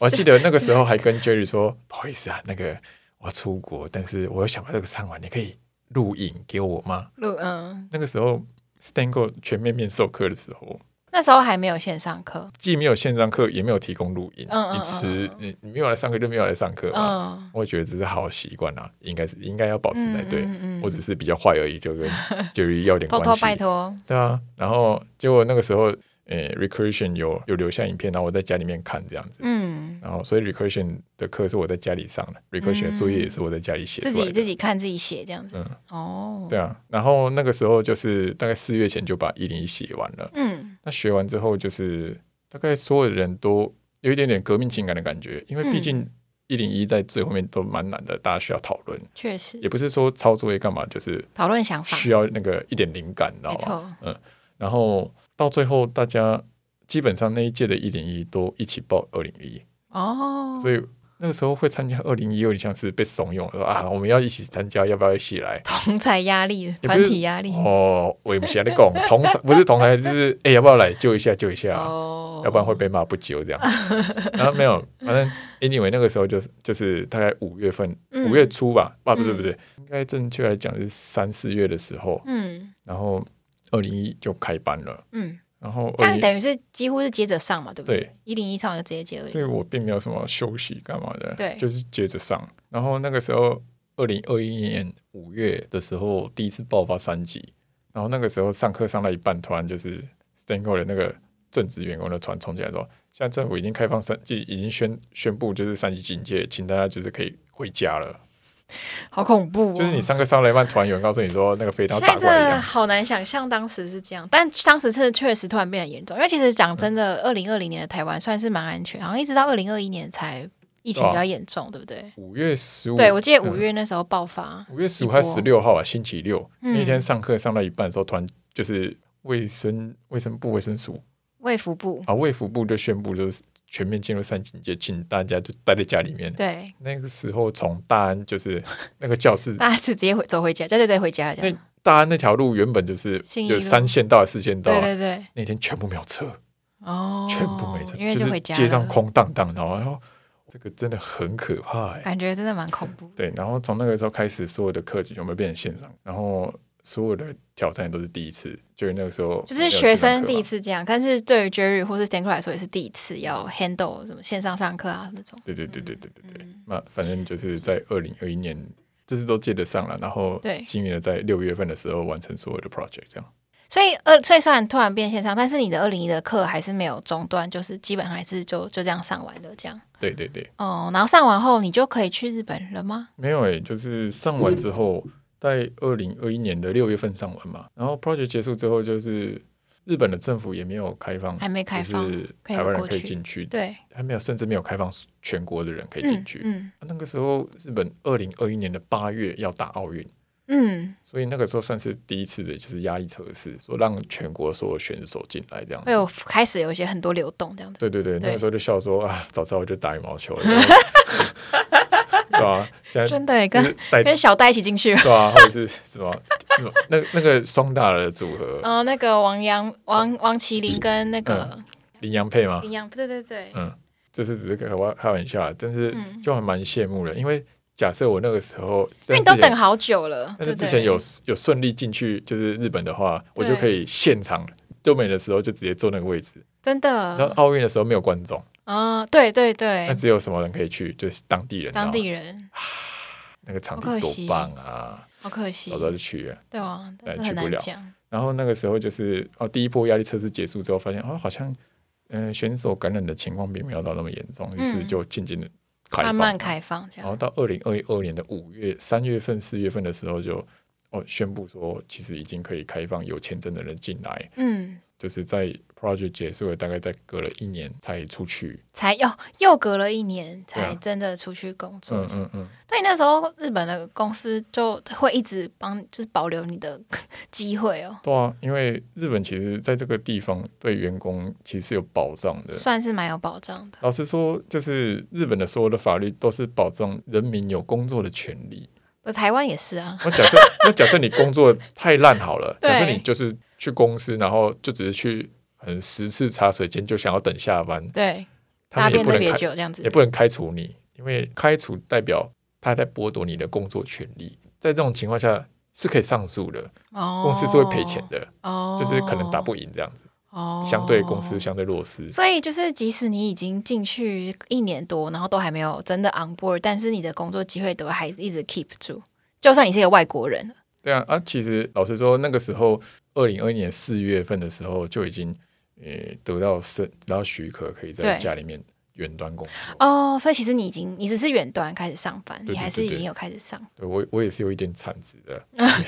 [SPEAKER 1] 我还记得那个时候还跟 Jerry 说， 不好意思啊，那个我要出国，但是我又想把这个上完，你可以录影给我吗？
[SPEAKER 2] 录嗯，
[SPEAKER 1] 那个时候 Stango 全面面授课的时候，
[SPEAKER 2] 那时候还没有线上课，
[SPEAKER 1] 既没有线上课，也没有提供录影，
[SPEAKER 2] 嗯嗯
[SPEAKER 1] 你迟你你没有来上课就没有来上课嘛。
[SPEAKER 2] 嗯，
[SPEAKER 1] 我觉得这是好习惯啊，应该是应该要保持才对。
[SPEAKER 2] 嗯嗯嗯
[SPEAKER 1] 我只是比较坏而已，就跟 Jerry 要点
[SPEAKER 2] 拜
[SPEAKER 1] 关
[SPEAKER 2] 托
[SPEAKER 1] 系。
[SPEAKER 2] 拜托，
[SPEAKER 1] 对啊，然后结果那个时候，呃，recursion 有有留下影片，然后我在家里面看这样子，
[SPEAKER 2] 嗯，
[SPEAKER 1] 然后所以 recursion 的课是我在家里上的，recursion 的作业也是我在家里写
[SPEAKER 2] 嗯自
[SPEAKER 1] 出来
[SPEAKER 2] 己
[SPEAKER 1] 的。
[SPEAKER 2] 自己看自己写这样子
[SPEAKER 1] 嗯，
[SPEAKER 2] 哦，
[SPEAKER 1] 对啊，然后那个时候就是大概四月前就把一零一写完了。
[SPEAKER 2] 嗯。
[SPEAKER 1] 那学完之后，就是大概所有人都有一点点革命情感的感觉，因为
[SPEAKER 2] 嗯
[SPEAKER 1] 毕竟一零一在最后面都蛮难的，大家需要讨论，
[SPEAKER 2] 确实，
[SPEAKER 1] 也不是说抄作业干嘛，就是
[SPEAKER 2] 讨论想法，
[SPEAKER 1] 需要那个一点灵感，你知道
[SPEAKER 2] 没
[SPEAKER 1] 吗？
[SPEAKER 2] 错，
[SPEAKER 1] 然后到最后，大家基本上那一届的一零一都一起报二零一，
[SPEAKER 2] 哦，
[SPEAKER 1] 所以那个时候会参加二零一，有点像是被怂恿说啊，我们要一起参加，要不要一起来？
[SPEAKER 2] 同才压力、
[SPEAKER 1] 也不
[SPEAKER 2] 团
[SPEAKER 1] 是
[SPEAKER 2] 体压力，
[SPEAKER 1] 哦，我也不想你讲，同台不是同台，就是 哎、要不要来救一下，救一下，
[SPEAKER 2] 哦
[SPEAKER 1] 啊要不然会被骂不久 这样。然后没有，反正 anyway 那个时候就是就是大概五月份，
[SPEAKER 2] 嗯
[SPEAKER 1] 五月初吧，啊不对
[SPEAKER 2] 嗯
[SPEAKER 1] 不对，应该正确来讲是三四月的时候，
[SPEAKER 2] 嗯
[SPEAKER 1] 然后二零一就开班了，
[SPEAKER 2] 嗯，
[SPEAKER 1] 然后
[SPEAKER 2] 这
[SPEAKER 1] 二
[SPEAKER 2] 样
[SPEAKER 1] 零。
[SPEAKER 2] 等于是几乎是接着上嘛，对不对
[SPEAKER 1] 对？
[SPEAKER 2] 一零一上就直接接而
[SPEAKER 1] 所
[SPEAKER 2] 已，
[SPEAKER 1] 以我并没有什么休息干嘛的，
[SPEAKER 2] 对
[SPEAKER 1] 就是接着上。然后那个时候，二零二一年五月的时候，第一次爆发三级，然然后那个时候上课上到一半，突然就是 Stanco 的那个正职员工的团冲进来说，现在政府已经开放三，就已经宣宣布就是三级警戒，请大家就是可以回家了。
[SPEAKER 2] 好恐怖哦！
[SPEAKER 1] 就是你上课上了一半，突然有人告诉你说那个飞刀
[SPEAKER 2] 现
[SPEAKER 1] 打
[SPEAKER 2] 在
[SPEAKER 1] 过来一
[SPEAKER 2] 真的
[SPEAKER 1] 样，
[SPEAKER 2] 好难想象当时是这样，但当时真的确实突然变得严重。因为其实讲真
[SPEAKER 1] 嗯
[SPEAKER 2] 的，二零二零年的台湾算是蛮安全，好像一直到二零二一年才疫情比较严重，对不对？
[SPEAKER 1] 五月十五，
[SPEAKER 2] 对，我记得五月那时候爆发，
[SPEAKER 1] 五月十五
[SPEAKER 2] 一波
[SPEAKER 1] 还十六号啊，星期六、
[SPEAKER 2] 嗯
[SPEAKER 1] 那天上课上到一半的时候，突然就是卫生卫生部卫生署
[SPEAKER 2] 卫福部
[SPEAKER 1] 啊，卫福部就宣布就是全面进入三级警戒，请大家就待在家里面。
[SPEAKER 2] 对，
[SPEAKER 1] 那个时候从大安就是那个教 室，
[SPEAKER 2] 大家就直接回走回家，大家就直接回家了，这
[SPEAKER 1] 那
[SPEAKER 2] 样。
[SPEAKER 1] 大安那条路原本就是
[SPEAKER 2] 信义路
[SPEAKER 1] 有三线道、四线道啊、
[SPEAKER 2] 对对对，
[SPEAKER 1] 那天全部没有车，
[SPEAKER 2] 哦，
[SPEAKER 1] 全部没车，
[SPEAKER 2] 因为
[SPEAKER 1] 就
[SPEAKER 2] 就是回家了，
[SPEAKER 1] 街上空荡荡的，哦然后这个真的很可怕哎、
[SPEAKER 2] 感觉真的蛮恐怖的。
[SPEAKER 1] 对，然后从那个时候开始，所有的课全部变成线上，然后所有的挑战都是第一次，就是那个时候
[SPEAKER 2] 就是学生第一
[SPEAKER 1] 次。
[SPEAKER 2] 次这样，但是对于 Jerry 或是 Stanco 来说，也是第一次要 handle 什么线上上课啊那种。
[SPEAKER 1] 对对对对对对对，
[SPEAKER 2] 嗯
[SPEAKER 1] 那反正就是在二零二一年，这次都接得上了，然后
[SPEAKER 2] 对
[SPEAKER 1] 幸运的在六月份的时候完成所有的 project，这样。
[SPEAKER 2] 所以呃，所以虽然突然变线上，但是你的二零一的课还是没有中断，就是基本还是就就这样上完了这样。
[SPEAKER 1] 对对对，
[SPEAKER 2] 哦，然后上完后你就可以去日本了吗？
[SPEAKER 1] 没有诶、欸就是上完之后，在二零二一年的六月份上完嘛，然后 project 结束之后，就是日本的政府也没有开放，
[SPEAKER 2] 还没开放
[SPEAKER 1] 就是
[SPEAKER 2] 可以
[SPEAKER 1] 台湾人
[SPEAKER 2] 过
[SPEAKER 1] 可以
[SPEAKER 2] 去
[SPEAKER 1] 进去，
[SPEAKER 2] 对，
[SPEAKER 1] 还没有，甚至没有开放全国的人可以进
[SPEAKER 2] 嗯
[SPEAKER 1] 去。啊
[SPEAKER 2] 嗯
[SPEAKER 1] 那个时候，日本二零二一年的八月要打奥运，
[SPEAKER 2] 嗯，
[SPEAKER 1] 所以那个时候算是第一次的，就是压力测试，说让全国所有选手进来这样
[SPEAKER 2] 会有
[SPEAKER 1] 子。
[SPEAKER 2] 开始有一些很多流动这样子。
[SPEAKER 1] 对对对，
[SPEAKER 2] 哎对
[SPEAKER 1] 那个时候就笑说啊，早知道我就打羽毛 球了，然后对啊，现在
[SPEAKER 2] 真的耶
[SPEAKER 1] 就
[SPEAKER 2] 跟
[SPEAKER 1] 是带
[SPEAKER 2] 跟小戴一起进去。
[SPEAKER 1] 对啊，或者是什么什么那那个双打的组合，
[SPEAKER 2] 哦，那个王阳、王
[SPEAKER 1] 哦
[SPEAKER 2] 王麒麟跟那个
[SPEAKER 1] 羚羊配吗？
[SPEAKER 2] 林阳，对对对，
[SPEAKER 1] 嗯，这是只是开玩开玩笑啊，但是就还蛮羡慕的，因为假设我那个时候，
[SPEAKER 2] 嗯因为你都等好久了，
[SPEAKER 1] 但
[SPEAKER 2] 对
[SPEAKER 1] 是
[SPEAKER 2] 不
[SPEAKER 1] 之
[SPEAKER 2] 对？
[SPEAKER 1] 前有有顺利进去，就是日本的话，我就
[SPEAKER 2] 对
[SPEAKER 1] 可以现场就美的时候就直接坐那个位置。
[SPEAKER 2] 真
[SPEAKER 1] 然后
[SPEAKER 2] 的，
[SPEAKER 1] 奥运的时候没有观众，
[SPEAKER 2] 嗯，对对
[SPEAKER 1] 那
[SPEAKER 2] 对，
[SPEAKER 1] 只有什么人可以去？就是当地人啊。
[SPEAKER 2] 当地人，
[SPEAKER 1] 那个场
[SPEAKER 2] 好可
[SPEAKER 1] 地多
[SPEAKER 2] 惜
[SPEAKER 1] 棒啊！
[SPEAKER 2] 好可惜
[SPEAKER 1] 早，知道就去了。
[SPEAKER 2] 对啊，
[SPEAKER 1] 哎
[SPEAKER 2] 这很
[SPEAKER 1] 去不
[SPEAKER 2] 难
[SPEAKER 1] 了
[SPEAKER 2] 讲，
[SPEAKER 1] 然后那个时候就是哦，第一波压力测试结束之后，发现哦，好像嗯、呃选手感染的情况并没有到那么严重，于是
[SPEAKER 2] 嗯
[SPEAKER 1] 就渐渐的开放，哦
[SPEAKER 2] 慢慢开放这
[SPEAKER 1] 然后
[SPEAKER 2] 样。
[SPEAKER 1] 到二零二二年的五月、三月份、四月份的时候就，哦宣布说，其实已经可以开放有签证的人进来，
[SPEAKER 2] 嗯，
[SPEAKER 1] 就是在 project 结束了，大概在隔了一年才出去。
[SPEAKER 2] 才又又隔了一年
[SPEAKER 1] 对啊
[SPEAKER 2] 才真的出去工作
[SPEAKER 1] 嗯。嗯嗯，
[SPEAKER 2] 但你那时候日本的公司就会一直帮，就是保留你的机会哦，
[SPEAKER 1] 对啊，因为日本其实在这个地方对员工其实是有保障的。
[SPEAKER 2] 算是蛮有保障的。
[SPEAKER 1] 老实说，就是日本的所有的法律都是保障人民有工作的权利。
[SPEAKER 2] 不，台湾也是啊，
[SPEAKER 1] 那假设， 那假设你工作太烂好了，
[SPEAKER 2] 对
[SPEAKER 1] 假设你就是去公司，然后就只是去很十次茶水间，就想要等下班，
[SPEAKER 2] 对，
[SPEAKER 1] 他
[SPEAKER 2] 大
[SPEAKER 1] 们也
[SPEAKER 2] 便
[SPEAKER 1] 不
[SPEAKER 2] 特
[SPEAKER 1] 能
[SPEAKER 2] 别
[SPEAKER 1] 开，
[SPEAKER 2] 久这样子
[SPEAKER 1] 也。不能开除你，因为开除代表他在剥夺你的工作权利。在这种情况下是可以上诉的，
[SPEAKER 2] 哦，
[SPEAKER 1] 公司是会赔钱的，
[SPEAKER 2] 哦，
[SPEAKER 1] 就是可能打不赢这样子，
[SPEAKER 2] 哦，
[SPEAKER 1] 相对公司相对弱势。
[SPEAKER 2] 所以就是，即使你已经进去一年多，然后都还没有真的 on board，但是你的工作机会都还一直 keep 住。就算你是一个外国人，
[SPEAKER 1] 对啊，啊，其实老实说，那个时候二零二一年四月份的时候就已经呃得到申，然后许可可以在
[SPEAKER 2] 对
[SPEAKER 1] 家里面远端工作。
[SPEAKER 2] 哦所以其实你已经，你只是远端开始上班，
[SPEAKER 1] 对
[SPEAKER 2] 你还是
[SPEAKER 1] 对对
[SPEAKER 2] 已经有开始上，
[SPEAKER 1] 对我我也是有一点产值的，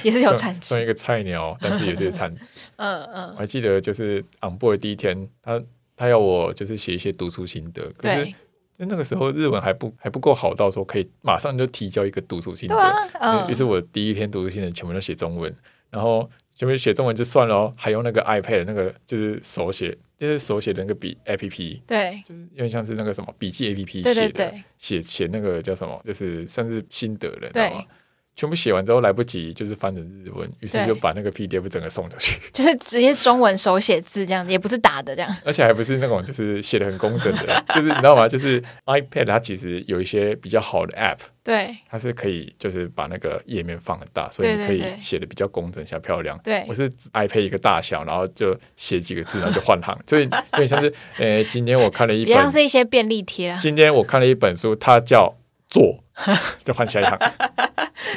[SPEAKER 2] 也是有
[SPEAKER 1] 算
[SPEAKER 2] 产
[SPEAKER 1] 算
[SPEAKER 2] 值。
[SPEAKER 1] 一个菜鸟，但是也是有产值。
[SPEAKER 2] 嗯
[SPEAKER 1] 我
[SPEAKER 2] 嗯，
[SPEAKER 1] 还记得就是 on board 的第一天，他他要我就是写一些读书心得，可是
[SPEAKER 2] 对
[SPEAKER 1] 那个时候日文还不还不够好到说可以马上就提交一个读书心得
[SPEAKER 2] 对。啊，
[SPEAKER 1] 于
[SPEAKER 2] 嗯
[SPEAKER 1] 是我第一天读书心得全部都写中文，然后全部写中文就算了哦，还用那个 iPad 那个就是手写，就是手写的那个笔 APP，
[SPEAKER 2] 对
[SPEAKER 1] 就是有点像是那个什么笔记 APP 写
[SPEAKER 2] 对
[SPEAKER 1] 的，
[SPEAKER 2] 对对，
[SPEAKER 1] 写写那个叫什么，就是算是心得了，你知
[SPEAKER 2] 对
[SPEAKER 1] 道吗？全部写完之后来不及，就是翻成日文，于是
[SPEAKER 2] 对
[SPEAKER 1] 就把那个 PDF 整个送出去，
[SPEAKER 2] 就是直接中文手写字这样，也不是打的这样。
[SPEAKER 1] 而且还不是那种就是写的很工整的， 就是你知道吗？就是 iPad 它其实有一些比较好的 App，
[SPEAKER 2] 对
[SPEAKER 1] 它是可以就是把那个页面放很大，所以
[SPEAKER 2] 对
[SPEAKER 1] 你可以
[SPEAKER 2] 对对
[SPEAKER 1] 写的比较工整、小漂亮。
[SPEAKER 2] 对
[SPEAKER 1] 我是 iPad 一个大小，然后就写几个字，然后就换行， 所以有点像是，呃，今天我看了一
[SPEAKER 2] 别像
[SPEAKER 1] 本，
[SPEAKER 2] 是一些便利贴啦，
[SPEAKER 1] 今天我看了一本书，它叫做，就换下一行。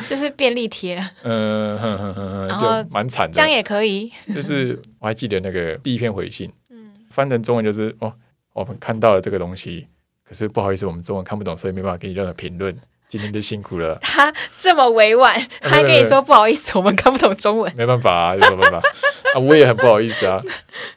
[SPEAKER 2] 就是便利贴，
[SPEAKER 1] 嗯，哼哼哼
[SPEAKER 2] 然
[SPEAKER 1] 哼
[SPEAKER 2] 后
[SPEAKER 1] 就蛮惨
[SPEAKER 2] 这样
[SPEAKER 1] 的。
[SPEAKER 2] 也可以。
[SPEAKER 1] 就是我还记得那个第一篇回信，
[SPEAKER 2] 嗯
[SPEAKER 1] 翻成中文就是哦，我们看到了这个东西，可是不好意思，我们中文看不懂，所以没办法给你任何评 论。今天就辛苦了，
[SPEAKER 2] 他这么委婉，他还跟你说不好意思，我们看不懂中文。
[SPEAKER 1] 没办法啊，有什么办法啊？我也很不好意 思啊。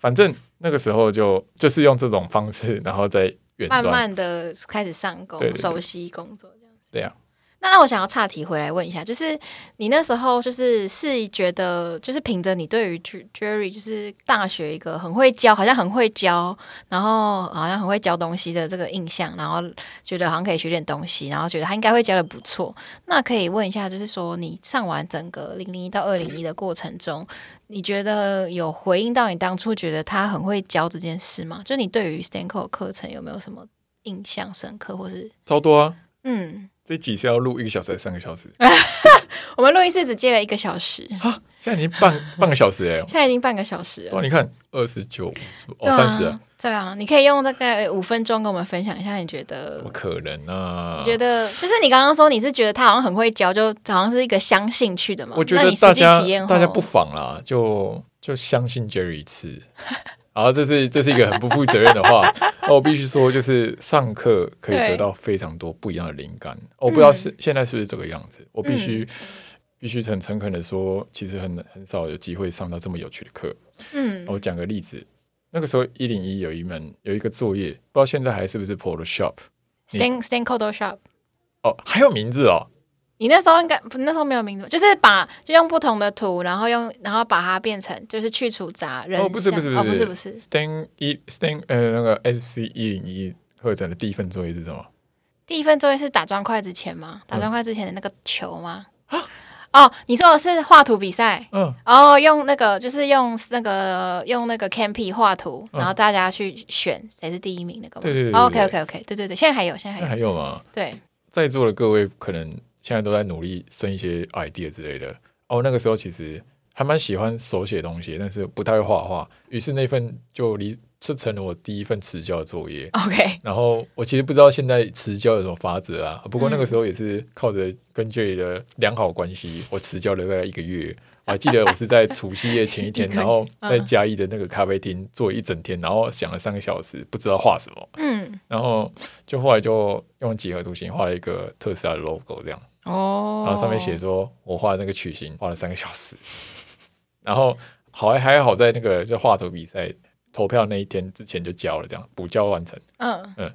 [SPEAKER 1] 反正那个时候就就是用这种方式，然后在远端
[SPEAKER 2] 慢慢的开始上工，
[SPEAKER 1] 对对对
[SPEAKER 2] 熟悉工作这样子。
[SPEAKER 1] 对啊
[SPEAKER 2] 那那我想要岔题回来问一下，就是你那时候就是是觉得，就是凭着你对于 Jer- Jerry 就是大学一个很会教，好像很会教，然后好像很会教东西的这个印象，然后觉得好像可以学点东西，然后觉得他应该会教的不错。那可以问一下，就是说你上完整个零零一到二零一的过程中，你觉得有回应到你当初觉得他很会教这件事吗？就你对于 Stanco 课程有没有什么印象深刻，或是
[SPEAKER 1] 超多啊。
[SPEAKER 2] 嗯，
[SPEAKER 1] 这集是要录一个小时还是三个小 时？
[SPEAKER 2] 我们录音室只接了一个小时，
[SPEAKER 1] 现在已经半半个小时 哎、欸，
[SPEAKER 2] 现在已经半个小时
[SPEAKER 1] 哇！
[SPEAKER 2] 了。
[SPEAKER 1] 你看二十九哦
[SPEAKER 2] 对啊
[SPEAKER 1] 三十啊，，
[SPEAKER 2] 对啊，你可以用大概五分钟跟我们分享一下，你觉
[SPEAKER 1] 怎
[SPEAKER 2] 得
[SPEAKER 1] 么可能啊？
[SPEAKER 2] 你觉得就是你刚刚说你是觉得他好像很会教，就好像是一个相信去的嘛？
[SPEAKER 1] 我觉
[SPEAKER 2] 啊那
[SPEAKER 1] 得
[SPEAKER 2] 你
[SPEAKER 1] 大
[SPEAKER 2] 实际
[SPEAKER 1] 家
[SPEAKER 2] 体验后
[SPEAKER 1] 大家不妨啦，就就相信 Jerry 一次。 然后这是这是一个很不负责任的话， 哦我必须说，就是上课可以
[SPEAKER 2] 对嗯
[SPEAKER 1] 得到非常多不一样的灵感。哦我不知道是、现在是不是这个样子，我必须、必须很诚恳的说，其实很很少有机会上到这么有趣的课。
[SPEAKER 2] 嗯
[SPEAKER 1] 我讲个例子，那个时候一零一有一门有一个作业，不知道现在还是不是 Photoshop
[SPEAKER 2] ，Stan Stan Photoshop。
[SPEAKER 1] 哦，还有名字哦，
[SPEAKER 2] 你那时候应该不，那时候没有名字，就是把就用不同的图，然后用然后把它变成就是去除杂人像。
[SPEAKER 1] 哦不是不是
[SPEAKER 2] 哦
[SPEAKER 1] 不
[SPEAKER 2] 不是
[SPEAKER 1] 是
[SPEAKER 2] 不是
[SPEAKER 1] Stan 一 Stan 呃那个 SC 一零一课程的第一份作业是什么？
[SPEAKER 2] 第一份作业是打砖块之前
[SPEAKER 1] 嗯
[SPEAKER 2] 吗？打砖块之前的那个球吗？
[SPEAKER 1] 啊
[SPEAKER 2] 哦，你说的是画图比赛，
[SPEAKER 1] 嗯，
[SPEAKER 2] 哦，用那个就是用那个用那个 Campy 画图，
[SPEAKER 1] 嗯
[SPEAKER 2] 然后大家去选谁是第一名那个吗？
[SPEAKER 1] 对对对对
[SPEAKER 2] o k OK OK，对对对，现在还有，现在
[SPEAKER 1] 那
[SPEAKER 2] 还
[SPEAKER 1] 还
[SPEAKER 2] 有，
[SPEAKER 1] 有吗？
[SPEAKER 2] 对，
[SPEAKER 1] 在座的各位可能现在都在努力生一些 idea 之类的。哦，那个时候其实还蛮喜欢手写东西，但是不太会画画，于是那份就离就成了我第一份迟交的作业。
[SPEAKER 2] OK，
[SPEAKER 1] 然后我其实不知道现在迟交有什么法则啊，不过那个时候也是
[SPEAKER 2] 嗯
[SPEAKER 1] 靠着跟 J 的良好关系，我迟交了大概一个月。我还记得我是在除夕夜前一天
[SPEAKER 2] 一，个月
[SPEAKER 1] 然后在嘉义的那个咖啡厅坐一整天，然后想了三个小时，不知道画什么，
[SPEAKER 2] 嗯，
[SPEAKER 1] 然后就后来就用几何图形画了一个特斯拉的 logo 这样，
[SPEAKER 2] 哦，
[SPEAKER 1] 然后上面写说我画那个曲形画了三个小时， 然后好还还好在那个就画图比赛投票那一天之前就交了这样补交完成。
[SPEAKER 2] 嗯，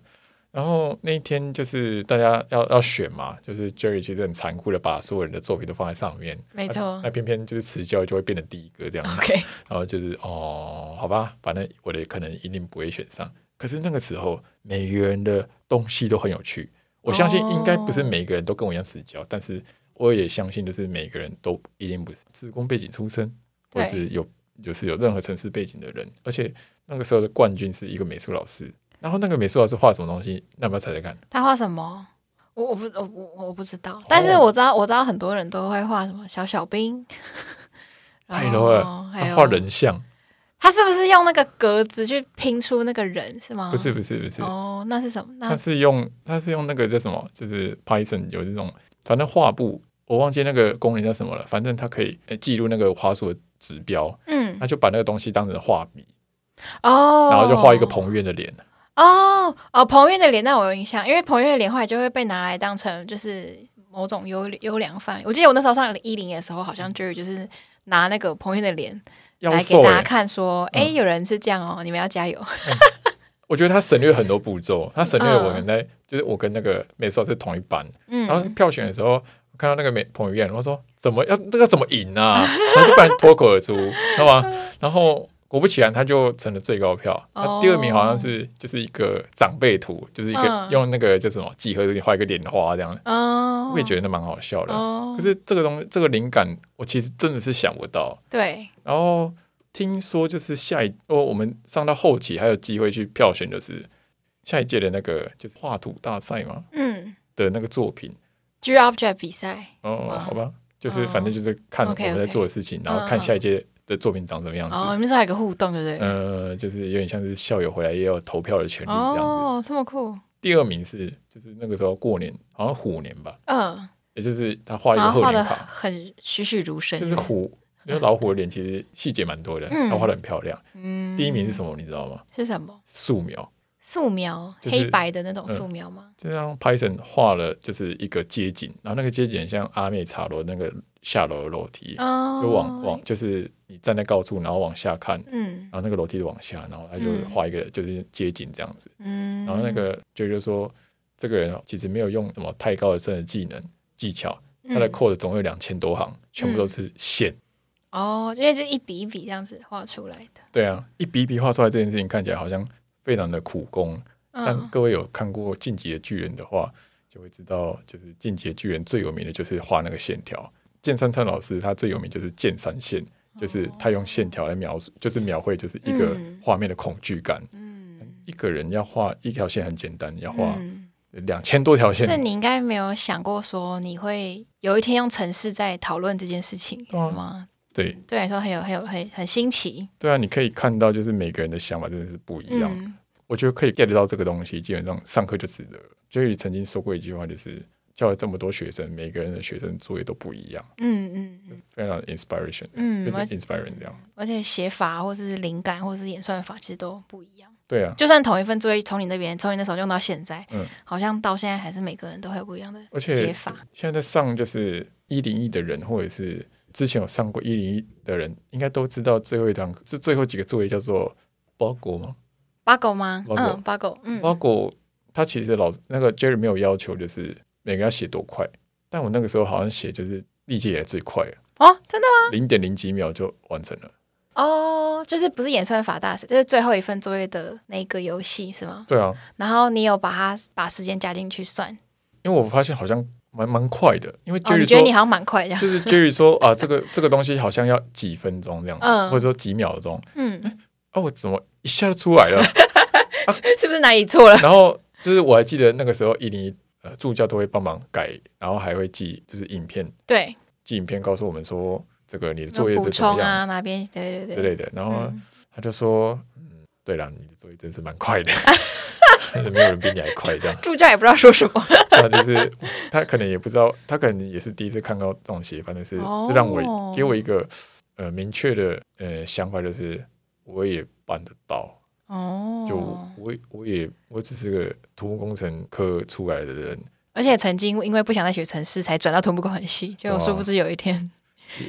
[SPEAKER 1] 然后那一天就是大家要要选嘛，就是 Jerry 其实很残酷的把所有人的作品都放在上面，
[SPEAKER 2] 没错
[SPEAKER 1] 那偏偏就是迟交就会变成第一个这样，
[SPEAKER 2] ，OK，
[SPEAKER 1] 然后就是哦，好吧，反正我的可能一定不会选上。可是那个时候每个人的东西都很有趣，我相信应该不是每个人都跟我一样迟交，但是我也相信就是每个人都一定不是自工背景出身，或
[SPEAKER 2] 对
[SPEAKER 1] 是有就是有任何城市背景的人，而且那个时候的冠军是一个美术老师。然后那个美术老师画什么东西，那要不要猜猜看？
[SPEAKER 2] 他画什么？我我不我我我不知
[SPEAKER 1] 哦
[SPEAKER 2] 道，但是我知道我知道很多人都会画什么小小兵，
[SPEAKER 1] 太 low
[SPEAKER 2] 多
[SPEAKER 1] 了，啊他画，人像，
[SPEAKER 2] 他是不是用那个格子去拼出那个人是吗？
[SPEAKER 1] 不是不是不是，
[SPEAKER 2] 哦，那是什么？
[SPEAKER 1] 他
[SPEAKER 2] 那
[SPEAKER 1] 是用他是用那个叫什么，就是 Python 有这种，反正画布我忘记那个功能叫什么了，反正它可以呃记录那个滑鼠的指标，
[SPEAKER 2] 嗯
[SPEAKER 1] 他就把那个东西当成画笔，
[SPEAKER 2] 哦，
[SPEAKER 1] 然后就画一个彭越的脸，
[SPEAKER 2] 哦哦彭越的脸，那我有印象，因为彭越的脸后来就会被拿来当成就是某种优优良范。我记得我那时候上一零的时候，好像 Jerry 就是拿那个彭越的脸
[SPEAKER 1] 妖
[SPEAKER 2] 来给
[SPEAKER 1] 兽
[SPEAKER 2] 大家
[SPEAKER 1] 欸，
[SPEAKER 2] 看，说，
[SPEAKER 1] 嗯
[SPEAKER 2] 哎，有人是这样哦，你们要加油。
[SPEAKER 1] 我觉得他省略很多步骤，他省略
[SPEAKER 2] 嗯
[SPEAKER 1] 我可能在就是我跟那个美术老师同一班，
[SPEAKER 2] 嗯，
[SPEAKER 1] 然后票选的时候。我看到那个美彭于晏，我说怎么要这个怎么赢啊？ 然后就不然脱口而出，好吧？然后果不其然，他就成了最高票。
[SPEAKER 2] 哦
[SPEAKER 1] 那第二名好像是就是一个长辈图，就是一个
[SPEAKER 2] 嗯
[SPEAKER 1] 用那个叫什么几何图形画一个莲花这样。
[SPEAKER 2] 哦，
[SPEAKER 1] 啊我也觉得那蛮好笑的。
[SPEAKER 2] 哦，
[SPEAKER 1] 可是这个东西，这个灵感，我其实真的是想不到。
[SPEAKER 2] 对，
[SPEAKER 1] 然后听说就是下一哦，我们上到后期还有机会去票选，就是下一届的那个就是画图大赛嘛
[SPEAKER 2] 嗯
[SPEAKER 1] 的那个作品。
[SPEAKER 2] ，G Object 比赛，
[SPEAKER 1] 哦
[SPEAKER 2] 哇，
[SPEAKER 1] 好吧，就是
[SPEAKER 2] 哦
[SPEAKER 1] 反正就是看我
[SPEAKER 2] OK，
[SPEAKER 1] 们在
[SPEAKER 2] OK
[SPEAKER 1] 做的事情，然
[SPEAKER 2] 嗯
[SPEAKER 1] 后看
[SPEAKER 2] 嗯
[SPEAKER 1] 下一届的作品长什么样
[SPEAKER 2] 哦，
[SPEAKER 1] 子。
[SPEAKER 2] 你们说还有个互动，对不对？
[SPEAKER 1] 呃，就是有点像是校友回来也有投票的权利这样子。
[SPEAKER 2] 哦，这么酷，
[SPEAKER 1] 第二名是就是那个时候过年，好像虎年吧，
[SPEAKER 2] 嗯，
[SPEAKER 1] 也也就是他画一
[SPEAKER 2] 然
[SPEAKER 1] 个
[SPEAKER 2] 后
[SPEAKER 1] 贺
[SPEAKER 2] 画的
[SPEAKER 1] 年卡，
[SPEAKER 2] 很栩栩如生，
[SPEAKER 1] 就是虎，因为老虎的脸其实细节蛮多的，
[SPEAKER 2] 嗯
[SPEAKER 1] 他画的很漂亮。
[SPEAKER 2] 嗯，
[SPEAKER 1] 第一名是什么，你知道吗？
[SPEAKER 2] 是什么？
[SPEAKER 1] 素描，
[SPEAKER 2] 素描，
[SPEAKER 1] 就是
[SPEAKER 2] 黑白的那种
[SPEAKER 1] 嗯
[SPEAKER 2] 素描吗？
[SPEAKER 1] 就让 Python 画了就是一个街景，然后那个街景很像阿妹茶楼那个下楼的楼梯，
[SPEAKER 2] 哦，
[SPEAKER 1] 就往往就是你站在高处，然后往下看，
[SPEAKER 2] 嗯
[SPEAKER 1] 然后那个楼梯就往下，然后他就
[SPEAKER 2] 嗯
[SPEAKER 1] 画一个就是街景这样子。
[SPEAKER 2] 嗯，
[SPEAKER 1] 然后那个就就说，这个人哦其实没有用什么太高的真的技能技巧，他的
[SPEAKER 2] 嗯
[SPEAKER 1] code 总共有两千多行，全部都是线。
[SPEAKER 2] 哦，因为就一笔一笔这样子画出来的。
[SPEAKER 1] 对啊，一笔一笔画出来这件事情看起来好像非常的苦工，但
[SPEAKER 2] 嗯，
[SPEAKER 1] 各位有看过《进击的巨人》的话，就会知道，就是《进击的巨人》最有名的就是画那个线条。剑三川老师他最有名就是剑三线，就是他用线条来描述，就是描绘就是一个
[SPEAKER 2] 哦嗯
[SPEAKER 1] 画面的恐惧感。
[SPEAKER 2] 嗯
[SPEAKER 1] 一个人要画一条线很简单，要画
[SPEAKER 2] 嗯，
[SPEAKER 1] 两千多条线，
[SPEAKER 2] 这你应该没有想过说你会有一天用程式在讨论这件事情，是
[SPEAKER 1] 对啊
[SPEAKER 2] 吗？
[SPEAKER 1] 对啊
[SPEAKER 2] 对你来说很有很有很很新奇。
[SPEAKER 1] 对啊，你可以看到就是每个人的想法真的是不一样。
[SPEAKER 2] 嗯
[SPEAKER 1] 我觉得可以 get 到这个东西，基本上上课就值得了。就是曾经说过一句话，就是教了这么多学生，每个人的学生作业都不一样，
[SPEAKER 2] 嗯嗯嗯
[SPEAKER 1] 非常 inspiration，
[SPEAKER 2] 嗯
[SPEAKER 1] 非常
[SPEAKER 2] 而
[SPEAKER 1] inspiring 这样。
[SPEAKER 2] 而且写法或者是灵感或者是演算法其实都不一样。
[SPEAKER 1] 对啊，
[SPEAKER 2] 就算同一份作业从你那边从你那时候用到现在，
[SPEAKER 1] 嗯
[SPEAKER 2] 好像到现在还是每个人都会有不一样的
[SPEAKER 1] 而
[SPEAKER 2] 解
[SPEAKER 1] 且
[SPEAKER 2] 法。
[SPEAKER 1] 现在在上就是一零一的人，或者是之前有上过一零一的人，应该都知道最后一堂是最后几个作业叫做包裹吗？
[SPEAKER 2] 八狗吗？
[SPEAKER 1] Buggle
[SPEAKER 2] 嗯，八狗，嗯，
[SPEAKER 1] 包裹他其实老那个 Jerry 没有要求就是每个要写多快，但我那个时候好像写就是历届以来最快了，
[SPEAKER 2] 哦，真的吗？
[SPEAKER 1] 零点零几秒就完成
[SPEAKER 2] 嗯
[SPEAKER 1] 了。
[SPEAKER 2] 哦，就是不是演算法大师，就是最后一份作业的那个游戏是吗？
[SPEAKER 1] 对啊，
[SPEAKER 2] 然后你有把它把时间加进去算，
[SPEAKER 1] 因为我发现好像蛮蛮快的，因为
[SPEAKER 2] 哦，你
[SPEAKER 1] Jerry
[SPEAKER 2] 觉
[SPEAKER 1] 说、
[SPEAKER 2] 得你好像蛮快这 样，
[SPEAKER 1] 就是 Jerry 说啊，这个这个东西好像要几分钟这样，
[SPEAKER 2] 嗯
[SPEAKER 1] 或者说几秒钟。
[SPEAKER 2] 嗯，
[SPEAKER 1] 啊，我怎么一下就出来了？
[SPEAKER 2] 是不是哪里错了？
[SPEAKER 1] 然后就是我还记得那个时候一零一呃助教都会帮忙改，然后还会寄就是影片，
[SPEAKER 2] 对，
[SPEAKER 1] 寄影片告诉我们说这个你的作业
[SPEAKER 2] 有补
[SPEAKER 1] 是怎么
[SPEAKER 2] 充
[SPEAKER 1] 样、
[SPEAKER 2] 啊，哪边对对
[SPEAKER 1] 之
[SPEAKER 2] 对，
[SPEAKER 1] 类的。然后
[SPEAKER 2] 嗯，
[SPEAKER 1] 他就说，嗯，对了，你的作业真是蛮快 的。没有人比你还快，这样
[SPEAKER 2] 助教也不知道说什么，
[SPEAKER 1] 他就是他可能也不知道，他可能也是第一次看到这种写，反正是
[SPEAKER 2] 哦
[SPEAKER 1] 就让我给我一个呃明确的呃想法，就是我也办得到，
[SPEAKER 2] 哦，
[SPEAKER 1] 就我我也我只是个土木工程科出来的人，
[SPEAKER 2] 而且曾经因为不想再学城市，才转到土木工程系，
[SPEAKER 1] 对
[SPEAKER 2] 就
[SPEAKER 1] 啊
[SPEAKER 2] 殊不知有一天，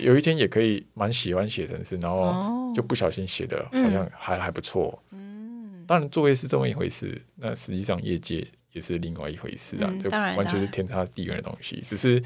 [SPEAKER 1] 有一天也可以蛮喜欢写程式，然后
[SPEAKER 2] 哦
[SPEAKER 1] 就不小心写的
[SPEAKER 2] 嗯
[SPEAKER 1] 好像还、还不错。
[SPEAKER 2] 嗯，
[SPEAKER 1] 当然作业是这么一回事，那实际上业界也是另外一回事啊，
[SPEAKER 2] 嗯
[SPEAKER 1] 就
[SPEAKER 2] 当然
[SPEAKER 1] 完全是天差地远的东西。只是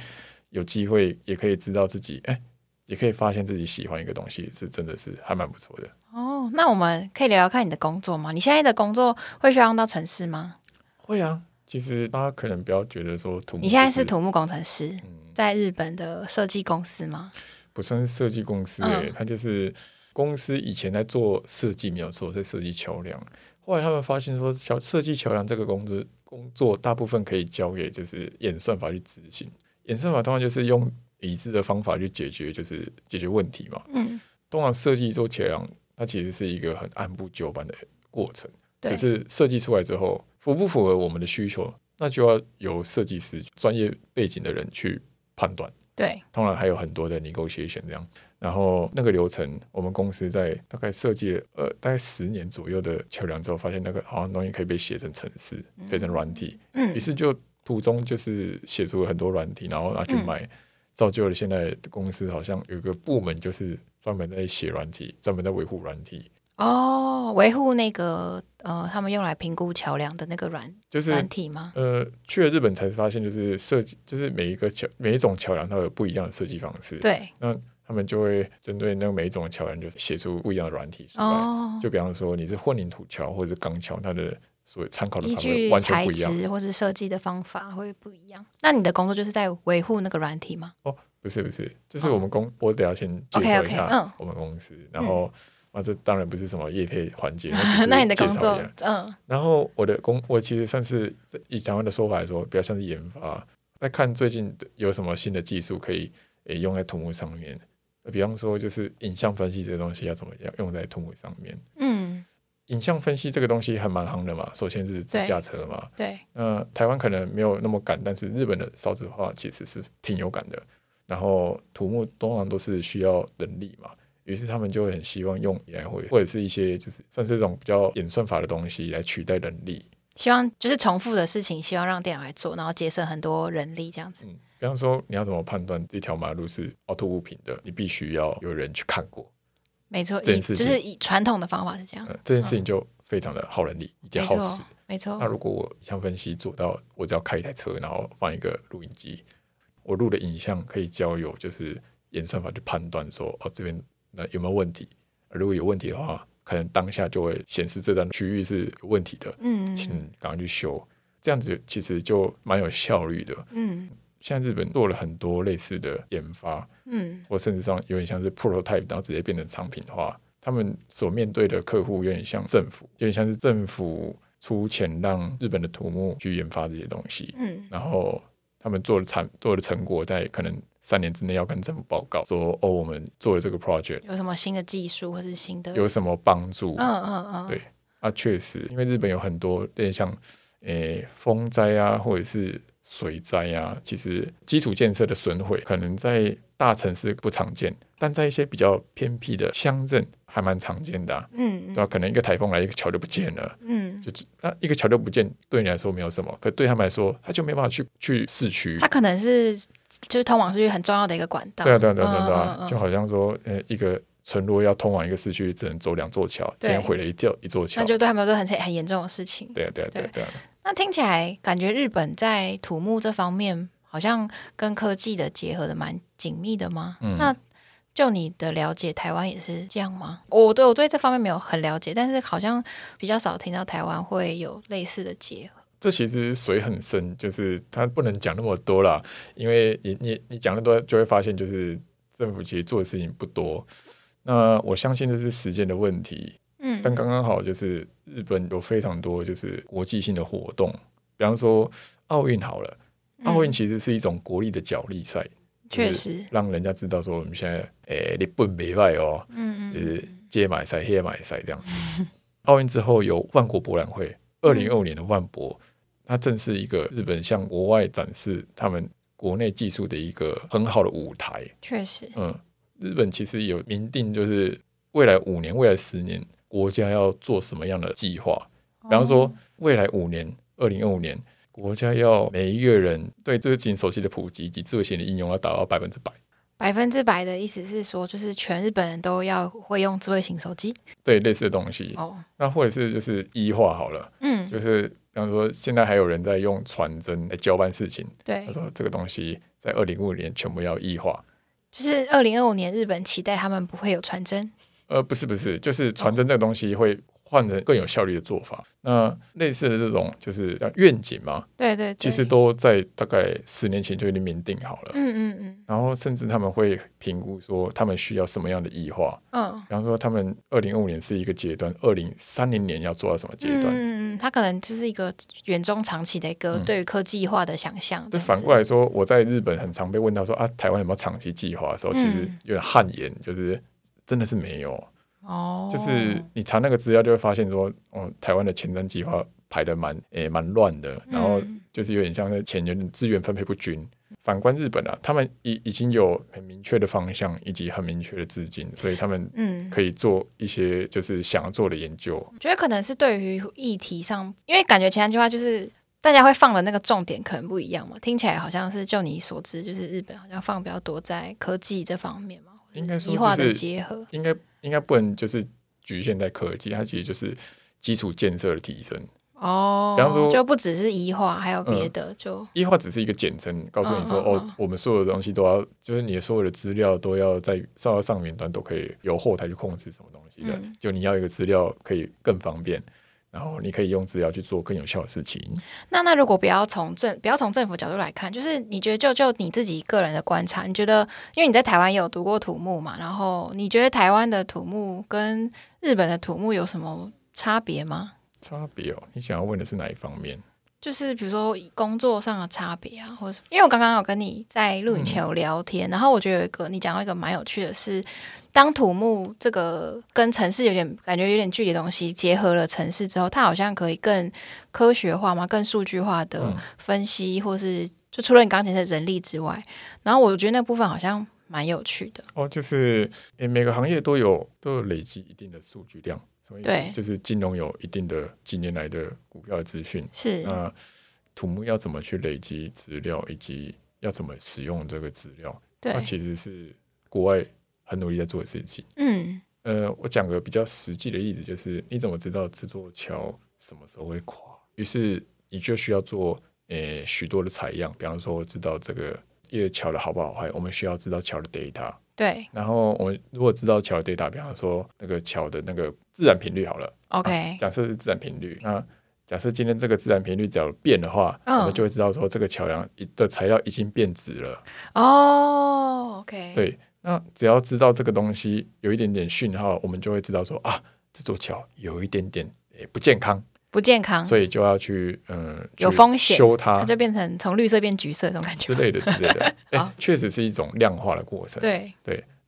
[SPEAKER 1] 有机会也可以知道自己，哎、也可以发现自己喜欢一个东西，是真的是还蛮不错的。
[SPEAKER 2] 哦，那我们可以聊聊看你的工作吗？你现在的工作会需要用到城市吗？
[SPEAKER 1] 会啊，其实大家可能不要觉得说土木，
[SPEAKER 2] 你现在是，土木工程师，
[SPEAKER 1] 嗯，
[SPEAKER 2] 在日本的设计公司吗？
[SPEAKER 1] 不算是设计公司、
[SPEAKER 2] 嗯
[SPEAKER 1] 欸，它就是公司以前在做设计，没有错，在设计桥梁。后来他们发现说，桥设计桥梁这个工作工作大部分可以交给就是演算法去执行。演算法通常就是用已知的方法去解决，就是解决问题嘛。
[SPEAKER 2] 嗯，
[SPEAKER 1] 通常设计做桥梁，它其实是一个很按部就班的过程，
[SPEAKER 2] 对
[SPEAKER 1] 只是设计出来之后符不符合我们的需求，那就要由设计师专业背景的人去判断。
[SPEAKER 2] 对，
[SPEAKER 1] 当然还有很多的 negotiation 这样。然后那个流程，我们公司在大概设计了呃大概十年左右的桥梁之后，发现那个好像东西可以被写成程式，写成软体，于
[SPEAKER 2] 嗯，
[SPEAKER 1] 是就途中就是写出了很多软体，然后拿去卖，造就了现在的公司好像有一个部门就是专门在写软体，专门在维护软体，
[SPEAKER 2] 哦，维护那个呃，他们用来评估桥梁的那个软
[SPEAKER 1] 就是
[SPEAKER 2] 软体吗？
[SPEAKER 1] 呃去了日本才发现，就是设计就是每一个桥每一种桥梁它有不一样的设计方式，
[SPEAKER 2] 对，
[SPEAKER 1] 那他们就会针对那个每一种桥梁就写出不一样的软体出来。
[SPEAKER 2] 哦，
[SPEAKER 1] 就比方说你是混凝土桥或者是钢桥，它的所参考的
[SPEAKER 2] 依
[SPEAKER 1] 范围
[SPEAKER 2] 据
[SPEAKER 1] 完全
[SPEAKER 2] 材
[SPEAKER 1] 不一样。
[SPEAKER 2] 质或是设计的方法会不一样。那你的工作就是在维护那个软体吗？
[SPEAKER 1] 哦不是不是，就是我们公，我等一下先介
[SPEAKER 2] 哦 OK，OK，
[SPEAKER 1] 绍一
[SPEAKER 2] 嗯
[SPEAKER 1] 下我们公司，然后啊，这当然不是什么业配环 节，只是
[SPEAKER 2] 那你的
[SPEAKER 1] 介
[SPEAKER 2] 工
[SPEAKER 1] 绍一
[SPEAKER 2] 作
[SPEAKER 1] 下，
[SPEAKER 2] 嗯，
[SPEAKER 1] 然后我的工，我其实算是以台湾的说法来说，比较像是研发，在看最近有什么新的技术可以诶用在土木上面，比方说就是影像分析这个东西要怎么样用在土木上面。
[SPEAKER 2] 嗯，
[SPEAKER 1] 影像分析这个东西还蛮行的嘛，首先是自驾车嘛，
[SPEAKER 2] 对，
[SPEAKER 1] 那台湾可能没有那么赶，但是日本的少子化其实是挺有感的。然后土木通常都是需要人力嘛，于是他们就会很希望用 AI 或或者是一些就是算是这种比较演算法的东西来取代人力。
[SPEAKER 2] 希望就是重复的事情，希望让电脑来做，然后节省很多人力这样子。
[SPEAKER 1] 嗯，比方说你要怎么判断这条马路是凹凸不平的，你必须要有人去看过。
[SPEAKER 2] 没错，
[SPEAKER 1] 这
[SPEAKER 2] 以
[SPEAKER 1] 件事
[SPEAKER 2] 就
[SPEAKER 1] 情
[SPEAKER 2] 是以传统的方法是这样，
[SPEAKER 1] 嗯，这件事情就非常的耗人力，以及
[SPEAKER 2] 没
[SPEAKER 1] 耗时
[SPEAKER 2] 错。，没错
[SPEAKER 1] 那。如果我影像分析做到，我只要开一台车，然后放一个录影机，我录的影像可以交由就是演算法去判断说，哦这边那有没有问题？如果有问题的话，可能当下就会显示这段区域是有问题的，
[SPEAKER 2] 嗯
[SPEAKER 1] 请
[SPEAKER 2] 嗯
[SPEAKER 1] 赶快去修。这样子其实就蛮有效率的。
[SPEAKER 2] 嗯
[SPEAKER 1] 现在日本做了很多类似的研发，
[SPEAKER 2] 嗯，
[SPEAKER 1] 或甚至上有点像是 prototype，然后直接变成商品化。他们所面对的客户有点像政府，有点像是政府出钱让日本的土木去研发这些东西，
[SPEAKER 2] 嗯
[SPEAKER 1] 然后他们做的产做的成果在可能三年之内要跟政府报告说，哦，我们做了这个 project
[SPEAKER 2] 有什么新的技术或是新的？
[SPEAKER 1] 有什么帮助？
[SPEAKER 2] 嗯嗯嗯，
[SPEAKER 1] 对啊，确实，因为日本有很多类似像诶、风灾啊，或者是水灾啊，其实基础建设的损毁可能在大城市不常见，但在一些比较偏僻的乡镇还蛮常见的、啊，
[SPEAKER 2] 嗯
[SPEAKER 1] 对
[SPEAKER 2] 嗯
[SPEAKER 1] 吧、可能一个台风来，一个桥就不见了，
[SPEAKER 2] 嗯，
[SPEAKER 1] 就那、一个桥就不见，对你来说没有什么，可对他们来说，他就没办法去去市区
[SPEAKER 2] 它。可能是就是通往市区很重要的一个管道。
[SPEAKER 1] 对啊，对啊，对啊，对啊对啊，
[SPEAKER 2] 嗯嗯嗯
[SPEAKER 1] 就好像说，呃，一个村落要通往一个市区，只能走两座桥，竟然
[SPEAKER 2] 对
[SPEAKER 1] 毁了一座一座桥
[SPEAKER 2] 那。就对他们来说很很严重的事情。
[SPEAKER 1] 对啊，对啊，对啊，对啊。
[SPEAKER 2] 那听起来感觉日本在土木这方面好像跟科技的结合的蛮紧密的吗？
[SPEAKER 1] 嗯
[SPEAKER 2] 那就你的了解，台湾也是这样吗？我对我对这方面没有很了解，但是好像比较少听到台湾会有类似的结合。
[SPEAKER 1] 这其实水很深，就是它不能讲那么多啦，因为你你你讲的多，就会发现就是政府其实做的事情不多。那我相信这是时间的问题，
[SPEAKER 2] 嗯
[SPEAKER 1] 但刚刚好就是日本有非常多就是国际性的活动，比方说奥运好了，
[SPEAKER 2] 嗯
[SPEAKER 1] 奥运其实是一种国力的角力赛，
[SPEAKER 2] 确实，
[SPEAKER 1] 让人家知道说我们现在诶你不没败哦，
[SPEAKER 2] 嗯
[SPEAKER 1] 就
[SPEAKER 2] 嗯
[SPEAKER 1] 是街买赛、黑买赛这样。奥运之后有万国博览会，
[SPEAKER 2] 嗯
[SPEAKER 1] 二零二五年的万博，它正是一个日本向国外展示他们国内技术的一个很好的舞台。
[SPEAKER 2] 确实，
[SPEAKER 1] 嗯，日本其实有明定，就是未来五年、未来十年，国家要做什么样的计划。比方说
[SPEAKER 2] 哦，
[SPEAKER 1] 未来五年，二零二五年，国家要每一个人对智慧型手机的普及以及智慧型的应用要达到百分之百。
[SPEAKER 2] 百分之百的意思是说，就是全日本人都要会用智慧型手机
[SPEAKER 1] 对类似的东西，
[SPEAKER 2] 哦。
[SPEAKER 1] 那或者是就是医化好了，
[SPEAKER 2] 嗯，
[SPEAKER 1] 就是比方说，现在还有人在用传真来交办事情。
[SPEAKER 2] 对
[SPEAKER 1] 他，说这个东西在二零五年全部要异化。
[SPEAKER 2] 就是二零二五年日本期待他们不会有传真。
[SPEAKER 1] 呃，不是不是，就是传真这个东西会换成更有效率的做法。那类似的这种就是像愿景嘛，
[SPEAKER 2] 对对对，
[SPEAKER 1] 其实都在大概十年前就已经明定好了。
[SPEAKER 2] 嗯嗯嗯。
[SPEAKER 1] 然后甚至他们会评估说他们需要什么样的异化，
[SPEAKER 2] 嗯
[SPEAKER 1] 比方说他们二零二五年是一个阶段，二零三零年要做到什么阶段？
[SPEAKER 2] 嗯嗯嗯，它可能就是一个远中长期的一个
[SPEAKER 1] 嗯
[SPEAKER 2] 对于科技化的想象。
[SPEAKER 1] 对，
[SPEAKER 2] 这样子
[SPEAKER 1] 反过来说，我在日本很常被问到说啊，台湾有没有长期计划的时候，
[SPEAKER 2] 嗯
[SPEAKER 1] 其实有点汗颜，就是真的是没有。
[SPEAKER 2] 哦，
[SPEAKER 1] 就是你查那个资料就会发现说，哦，台湾的前瞻计划排的蛮诶蛮乱的，然后
[SPEAKER 2] 嗯
[SPEAKER 1] 就是有点像是前人资源分配不均。反观日本啊，他们已已经有很明确的方向以及很明确的资金，所以他们
[SPEAKER 2] 嗯，
[SPEAKER 1] 可以做一些就是想要做的研究。
[SPEAKER 2] 我觉得可能是对于议题上，因为感觉前两句话就是。大家会放的那个重点可能不一样嘛，听起来好像是就你所知，就是日本好像放比较多在科技这方面嘛，或者
[SPEAKER 1] 应该说
[SPEAKER 2] 医化嗯的
[SPEAKER 1] 就是
[SPEAKER 2] 结合，
[SPEAKER 1] 应该应该不能就是局限在科技，它其实就是基础建设的提升。
[SPEAKER 2] 哦，
[SPEAKER 1] 比方说嗯
[SPEAKER 2] 就不只是医化，还有别的，就
[SPEAKER 1] 一化只是一个简称，告诉你说、
[SPEAKER 2] 嗯嗯嗯
[SPEAKER 1] 哦，我们所有的东西都要，就是你的所有的资料都要在上到上云端都可以由后台去控制什么东西的，
[SPEAKER 2] 嗯
[SPEAKER 1] 就你要一个资料可以更方便，然后你可以用资料去做更有效的事情。
[SPEAKER 2] 那那如果不要从政不要从政府角度来看，就是你觉得就就你自己个人的观察，你觉得因为你在台湾也有读过土木嘛，然后你觉得台湾的土木跟日本的土木有什么差别吗？
[SPEAKER 1] 差别哦，你想要问的是哪一方面？
[SPEAKER 2] 就是比如说工作上的差别啊，或者什么。因为我刚刚有跟你在录影前
[SPEAKER 1] 嗯
[SPEAKER 2] 有聊天，然后我觉得有一个你讲到一个蛮有趣的是，当土木这个跟城市有点感觉有点距离的东西结合了城市之后，它好像可以更科学化嘛，更数据化的
[SPEAKER 1] 嗯
[SPEAKER 2] 分析，或是就除了你刚才的人力之外，然后我觉得那部分好像蛮有趣的。
[SPEAKER 1] 哦，就是诶，每个行业都有都有累积一定的数据量，什么意思？
[SPEAKER 2] 对
[SPEAKER 1] 就是金融有一定的几年来的股票资讯，
[SPEAKER 2] 是，
[SPEAKER 1] 那土木要怎么去累积资料，以及要怎么使用这个资料，
[SPEAKER 2] 对
[SPEAKER 1] 那，其实是国外很努力在做的事情。
[SPEAKER 2] 嗯，
[SPEAKER 1] 呃，我讲个比较实际的例子，就是你怎么知道这座桥什么时候会垮？于是你就需要做呃许多的采样，比方说知道这个一个桥的好不好坏，我们需要知道桥的 data。
[SPEAKER 2] 对
[SPEAKER 1] 然后我们如果知道桥的 data，比方说那个桥的那个自然频率好了，
[SPEAKER 2] ，OK，
[SPEAKER 1] 假设是自然频率，那假设今天这个自然频率只要变的话，
[SPEAKER 2] 嗯
[SPEAKER 1] 我们就会知道说这个桥梁的材料已经变质了。
[SPEAKER 2] 哦，OK，，
[SPEAKER 1] 对，那只要知道这个东西有一点点讯号，我们就会知道说啊，这座桥有一点点诶、不健康，
[SPEAKER 2] 不健康，
[SPEAKER 1] 所以就要去嗯、呃
[SPEAKER 2] 啊有
[SPEAKER 1] 去
[SPEAKER 2] 风险
[SPEAKER 1] 修
[SPEAKER 2] 它
[SPEAKER 1] 它
[SPEAKER 2] 就变成从绿色变橘色这种感觉
[SPEAKER 1] 之
[SPEAKER 2] 吗。
[SPEAKER 1] 类的之类 的。诶
[SPEAKER 2] 好
[SPEAKER 1] 确、实是一种量化的过程。
[SPEAKER 2] 对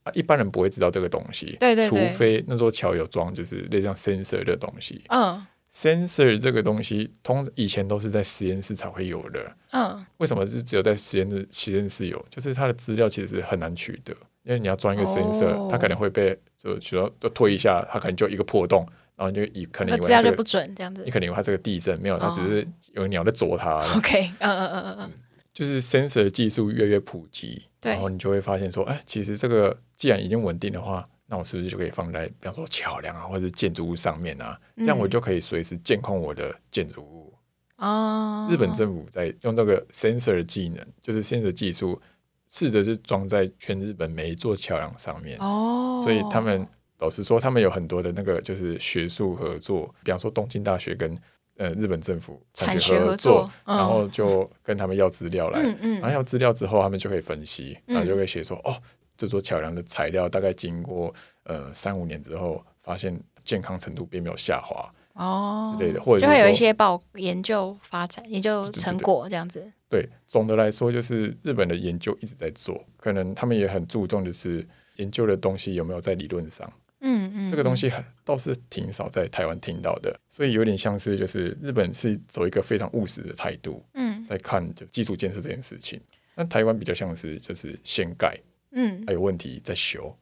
[SPEAKER 1] 啊，一般人不会知道这个东西，
[SPEAKER 2] 对对对
[SPEAKER 1] 除非那座桥有装就是类似像 sensor 的东西。
[SPEAKER 2] 嗯
[SPEAKER 1] sensor 这个东西，通以前都是在实验室才会有的。
[SPEAKER 2] 嗯，
[SPEAKER 1] 为什么是只有在实验室实验室有？就是它的资料其实很难取得，因为你要装一个
[SPEAKER 2] 哦
[SPEAKER 1] sensor，、它可能会被就许多都推一下，它可能就一个破洞，然后你就以可能
[SPEAKER 2] 那
[SPEAKER 1] 以
[SPEAKER 2] 资
[SPEAKER 1] 为它
[SPEAKER 2] 料就
[SPEAKER 1] 这
[SPEAKER 2] 不
[SPEAKER 1] 个，
[SPEAKER 2] 准这样子
[SPEAKER 1] 你。可能以为它是个地震，没有，它
[SPEAKER 2] 哦
[SPEAKER 1] 只是有鸟在啄它。
[SPEAKER 2] OK，嗯嗯嗯嗯嗯，
[SPEAKER 1] 就是 sensor 技术越来越普及，
[SPEAKER 2] 对
[SPEAKER 1] 然后你就会发现说，哎，其实这个既然已经稳定的话，那我是不是就可以放在比方说桥梁啊，或者是建筑物上面啊？这样
[SPEAKER 2] 嗯
[SPEAKER 1] 我就可以随时监控我的建筑物。
[SPEAKER 2] 哦，
[SPEAKER 1] 日本政府在用这个 sensor 的技能，就是 sensor 技术，试着去装在全日本每一座桥梁上面。
[SPEAKER 2] 哦，
[SPEAKER 1] 所以他们老实说，他们有很多的那个就是学术合作，比方说东京大学跟呃日本政府
[SPEAKER 2] 产学
[SPEAKER 1] 学
[SPEAKER 2] 合
[SPEAKER 1] 作，
[SPEAKER 2] 作嗯
[SPEAKER 1] 然后就跟他们要资料来，哎
[SPEAKER 2] 嗯嗯
[SPEAKER 1] 然后要资料之后，他们就可以分析，
[SPEAKER 2] 嗯
[SPEAKER 1] 然后就可以写说，哦，这座桥梁的材料大概经过呃三五年之后，发现健康程度并没有下滑，
[SPEAKER 2] 哦
[SPEAKER 1] 之类的或者
[SPEAKER 2] 就是会有一
[SPEAKER 1] 说
[SPEAKER 2] 些报研究发展、研究
[SPEAKER 1] 对对
[SPEAKER 2] 成
[SPEAKER 1] 对
[SPEAKER 2] 果这样子。
[SPEAKER 1] 对，总的来说就是日本的研究一直在做，可能他们也很注重就是研究的东西有没有在理论上，
[SPEAKER 2] 嗯嗯，
[SPEAKER 1] 这个东
[SPEAKER 2] 嗯
[SPEAKER 1] 西很倒是挺少在台湾听到的，所以有点像是就是日本是走一个非常务实的态度
[SPEAKER 2] 嗯
[SPEAKER 1] 在看就基础建设这件事情，那台湾比较像是就是先盖，
[SPEAKER 2] 嗯
[SPEAKER 1] 还有问题再修，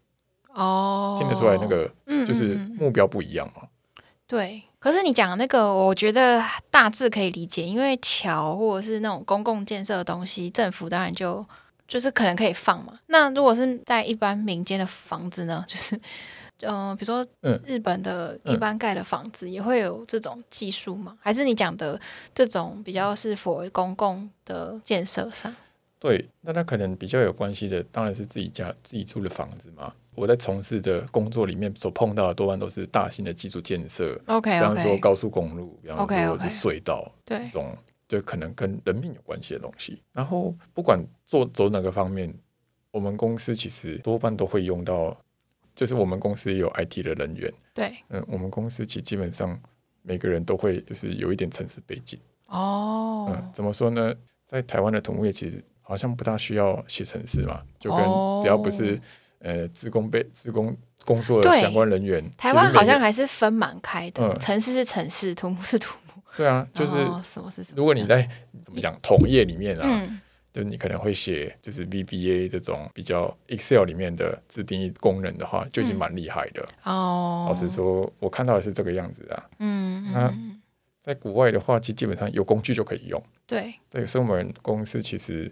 [SPEAKER 2] 哦，
[SPEAKER 1] 听得出来那个
[SPEAKER 2] 嗯
[SPEAKER 1] 就是
[SPEAKER 2] 嗯嗯嗯
[SPEAKER 1] 目标不一样嘛，
[SPEAKER 2] 对，可是你讲的那个，我觉得大致可以理解，因为桥或者是那种公共建设的东西，政府当然就就是可能可以放嘛。那如果是在一般民间的房子呢，就是。嗯、比如说
[SPEAKER 1] 嗯
[SPEAKER 2] 日本的
[SPEAKER 1] 嗯
[SPEAKER 2] 一般盖的房子也会有这种技术吗？还是你讲的这种比较是否公共的建设上？
[SPEAKER 1] 对，那他可能比较有关系的，当然是自己家自己住的房子嘛。我在从事的工作里面所碰到的，多半都是大型的基础建设，比
[SPEAKER 2] OK
[SPEAKER 1] 方说
[SPEAKER 2] 哎 OK，
[SPEAKER 1] 高速公路，比方
[SPEAKER 2] OK，OK
[SPEAKER 1] 说是隧道这
[SPEAKER 2] 对，
[SPEAKER 1] 种，就可能跟人命有关系的东西。然后不管做走哪个方面，我们公司其实多半都会用到，就是我们公司也有 IT 的人员，
[SPEAKER 2] 对，
[SPEAKER 1] 嗯，我们公司其实基本上每个人都会就是有一点城市背景。
[SPEAKER 2] 哦，
[SPEAKER 1] 嗯，怎么说呢？在台湾的土木业其实好像不大需要写程式嘛，就跟
[SPEAKER 2] 哦
[SPEAKER 1] 只要不是、呃职工被职工工作的
[SPEAKER 2] 对
[SPEAKER 1] 相关人员，
[SPEAKER 2] 台
[SPEAKER 1] 其
[SPEAKER 2] 湾
[SPEAKER 1] 实每
[SPEAKER 2] 好像
[SPEAKER 1] 个
[SPEAKER 2] 还是分蛮开的，
[SPEAKER 1] 嗯
[SPEAKER 2] 城市是城市，土木是土木，
[SPEAKER 1] 对啊，就是
[SPEAKER 2] 然后什么是什么。
[SPEAKER 1] 如果你在怎么讲同业里面啊，
[SPEAKER 2] 嗯，
[SPEAKER 1] 就是你可能会写就是 VBA 这种比较 Excel 里面的自定义功能的话，就已经
[SPEAKER 2] 嗯
[SPEAKER 1] 蛮厉害的。
[SPEAKER 2] 哦，
[SPEAKER 1] 老实，说，我看到的是这个样子啊，
[SPEAKER 2] 嗯，
[SPEAKER 1] 那
[SPEAKER 2] 嗯
[SPEAKER 1] 在国外的话，其实基本上有工具就可以用。
[SPEAKER 2] 对，
[SPEAKER 1] 对，所以我们公司其实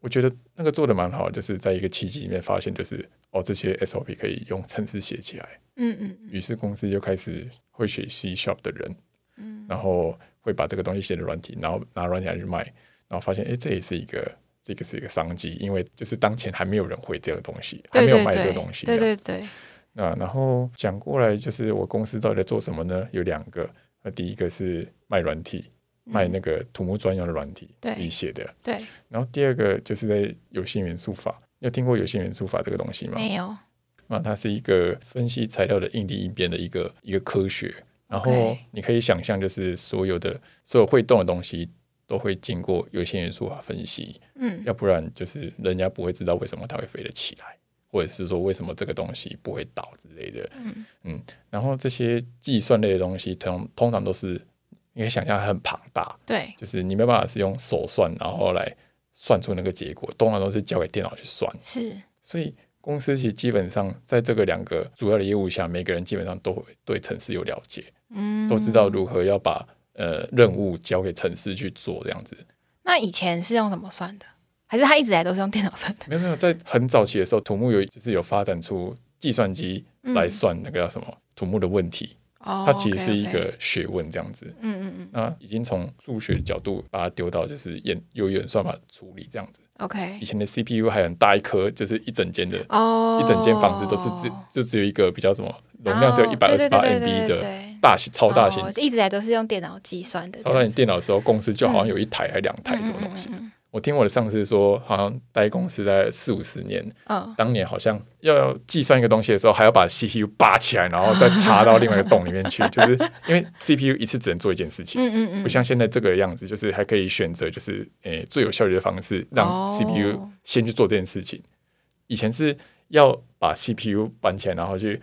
[SPEAKER 1] 我觉得那个做的蛮好，就是在一个契机里面发现，就是哦，这些 SOP 可以用程式写起来，
[SPEAKER 2] 嗯嗯
[SPEAKER 1] 于是公司就开始会学 C Sharp 的人，
[SPEAKER 2] 嗯，
[SPEAKER 1] 然后会把这个东西写的软体，然后拿软体来去卖，然后发现哎，诶这也是一个这个是一个商机，因为就是当前还没有人会这个东西，还
[SPEAKER 2] 对
[SPEAKER 1] 没有
[SPEAKER 2] 对
[SPEAKER 1] 卖这个
[SPEAKER 2] 对，
[SPEAKER 1] 东西，啊
[SPEAKER 2] 对对对，
[SPEAKER 1] 那然后讲过来，就是我公司到底在做什么呢？有两个，那第一个是卖软体，卖那个土木专用的软体，
[SPEAKER 2] 嗯对
[SPEAKER 1] 自己写的。
[SPEAKER 2] 对，
[SPEAKER 1] 然后第二个就是在有限元素法，你有听过有限元素法这个东西吗？
[SPEAKER 2] 没有，
[SPEAKER 1] 那它是一个分析材料的应力应变的一个一个科学。然后
[SPEAKER 2] OK
[SPEAKER 1] 你可以想象，就是所有的所有会动的东西都会经过有些元素法分析，
[SPEAKER 2] 嗯
[SPEAKER 1] 要不然就是人家不会知道为什么它会飞得起来，或者是说为什么这个东西不会倒之类的。
[SPEAKER 2] 嗯
[SPEAKER 1] 嗯，然后这些计算类的东西，通通常都是你可以想象它很庞大，
[SPEAKER 2] 对，
[SPEAKER 1] 就是你没办法是用手算，然后来算出那个结果，通常都是交给电脑去算。
[SPEAKER 2] 是，
[SPEAKER 1] 所以公司其实基本上在这个两个主要的业务下，每个人基本上都会对城市有了解，
[SPEAKER 2] 嗯，
[SPEAKER 1] 都知道。如何要把呃任务交给城市去做这样子。
[SPEAKER 2] 那以前是用什么算的？还是他一直以来都是用电脑 算的？
[SPEAKER 1] 没有没有，在很早期的时候，土木有就是有发展出计算机来算那个叫什么土木的问题，
[SPEAKER 2] 哦，
[SPEAKER 1] 它其实
[SPEAKER 2] OK，
[SPEAKER 1] 是一
[SPEAKER 2] OK，
[SPEAKER 1] 个学问这样子。
[SPEAKER 2] 嗯嗯嗯
[SPEAKER 1] 那已经从数学的角度把它丢到就是演有演算法处理这样子。以
[SPEAKER 2] ，OK，
[SPEAKER 1] 前的 CPU 还很大一颗，就是一整间的，
[SPEAKER 2] 哦，
[SPEAKER 1] 一整间房子都是只就只有一个比较什么容量只有
[SPEAKER 2] 哦
[SPEAKER 1] 一百二十八
[SPEAKER 2] 对对对
[SPEAKER 1] MB
[SPEAKER 2] 对对
[SPEAKER 1] 的
[SPEAKER 2] 对
[SPEAKER 1] 大型超大型
[SPEAKER 2] 哦，一直以来都是用电脑计算的这
[SPEAKER 1] 超大
[SPEAKER 2] 样
[SPEAKER 1] 型
[SPEAKER 2] 子，嗯
[SPEAKER 1] 电脑的时候，公司就好像有一台还两台什么东西。我听我的上司说，好像待公司待四五十年，
[SPEAKER 2] 嗯，
[SPEAKER 1] 当年好像要计算一个东西的时候，还要把 CPU 拔起来，然后再插到另外一个洞里面去，就是因为 CPU 一次只能做一件事情。
[SPEAKER 2] 嗯嗯嗯，
[SPEAKER 1] 不像现在这个样子，就是还可以选择就是诶、最有效率的方式，让
[SPEAKER 2] 哦
[SPEAKER 1] CPU 先去做这件事情。以前是要把 CPU 搬起来，然后去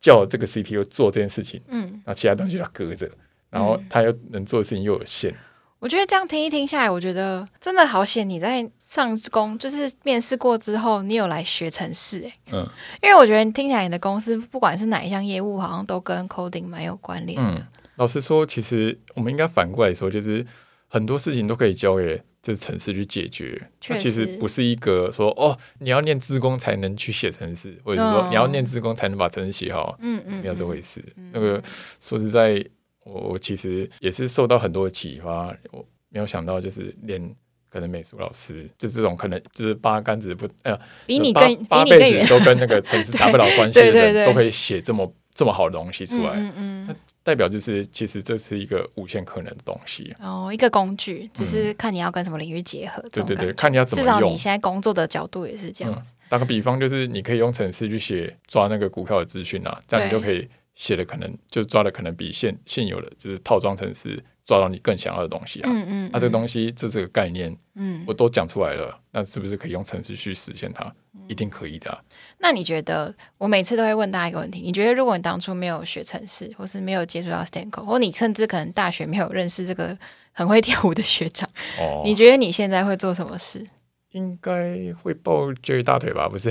[SPEAKER 1] 叫这个 CPU 做这件事情，
[SPEAKER 2] 嗯，
[SPEAKER 1] 然后其他东西要隔着，然后它又能做的事情又有限。
[SPEAKER 2] 我觉得这样听一听下来，我觉得真的好险！你在上工就是面试过之后，你有来学程式、欸，
[SPEAKER 1] 嗯
[SPEAKER 2] 因为我觉得听起来你的公司不管是哪一项业务，好像都跟 coding 蛮有关联的。
[SPEAKER 1] 嗯，老实说，其实我们应该反过来说，就是很多事情都可以交给这城市去解决。
[SPEAKER 2] 确
[SPEAKER 1] 它
[SPEAKER 2] 实
[SPEAKER 1] 其实不是一个说哦，你要念自工才能去写城市，或者是说
[SPEAKER 2] 嗯
[SPEAKER 1] 你要念自工才能把城市写好。
[SPEAKER 2] 嗯嗯，
[SPEAKER 1] 没有这
[SPEAKER 2] 嗯
[SPEAKER 1] 回事。那个说实在，我我其实也是受到很多的启发，我没有想到就是连可能美术老师，就这种可能就是八竿子不呃
[SPEAKER 2] 比你
[SPEAKER 1] 八
[SPEAKER 2] 更比
[SPEAKER 1] 八
[SPEAKER 2] 你更
[SPEAKER 1] 辈
[SPEAKER 2] 远
[SPEAKER 1] 子，都跟那个 城市打不了关系的
[SPEAKER 2] 对对对
[SPEAKER 1] 人，都可以写这么这么好的东西出
[SPEAKER 2] 嗯
[SPEAKER 1] 来，
[SPEAKER 2] 嗯嗯，
[SPEAKER 1] 代表就是其实这是一个无限可能的东西。
[SPEAKER 2] 哦，一个工具，只是看你要跟什么领域结合。这
[SPEAKER 1] 嗯对对
[SPEAKER 2] 种感
[SPEAKER 1] 对，
[SPEAKER 2] 觉
[SPEAKER 1] 看你要怎
[SPEAKER 2] 至少
[SPEAKER 1] 么
[SPEAKER 2] 你
[SPEAKER 1] 用。嗯
[SPEAKER 2] 现在工作的角度也是这样子。
[SPEAKER 1] 打个比方，就是你可以用程式去写抓那个股票的资讯啊，这样你
[SPEAKER 2] 对
[SPEAKER 1] 就可以写的可能就抓的可能比现现有的就是套装程式抓到你更想要的东西啊。
[SPEAKER 2] 嗯嗯，
[SPEAKER 1] 那这个
[SPEAKER 2] 西，
[SPEAKER 1] 东西，这这个概念，
[SPEAKER 2] 嗯，
[SPEAKER 1] 我都讲出来了，那是不是可以用程式去实现它？一定可以的啊、
[SPEAKER 2] 那你觉得，我每次都会问大家一个问题：你觉得如果你当初没有学城市，或是没有接触到 Stanco，或你甚至可能大学没有认识这个很会跳舞的学长，
[SPEAKER 1] 哦，
[SPEAKER 2] 你觉得你现在会做什么事？
[SPEAKER 1] 应该会抱 Jerry 大腿吧？不是？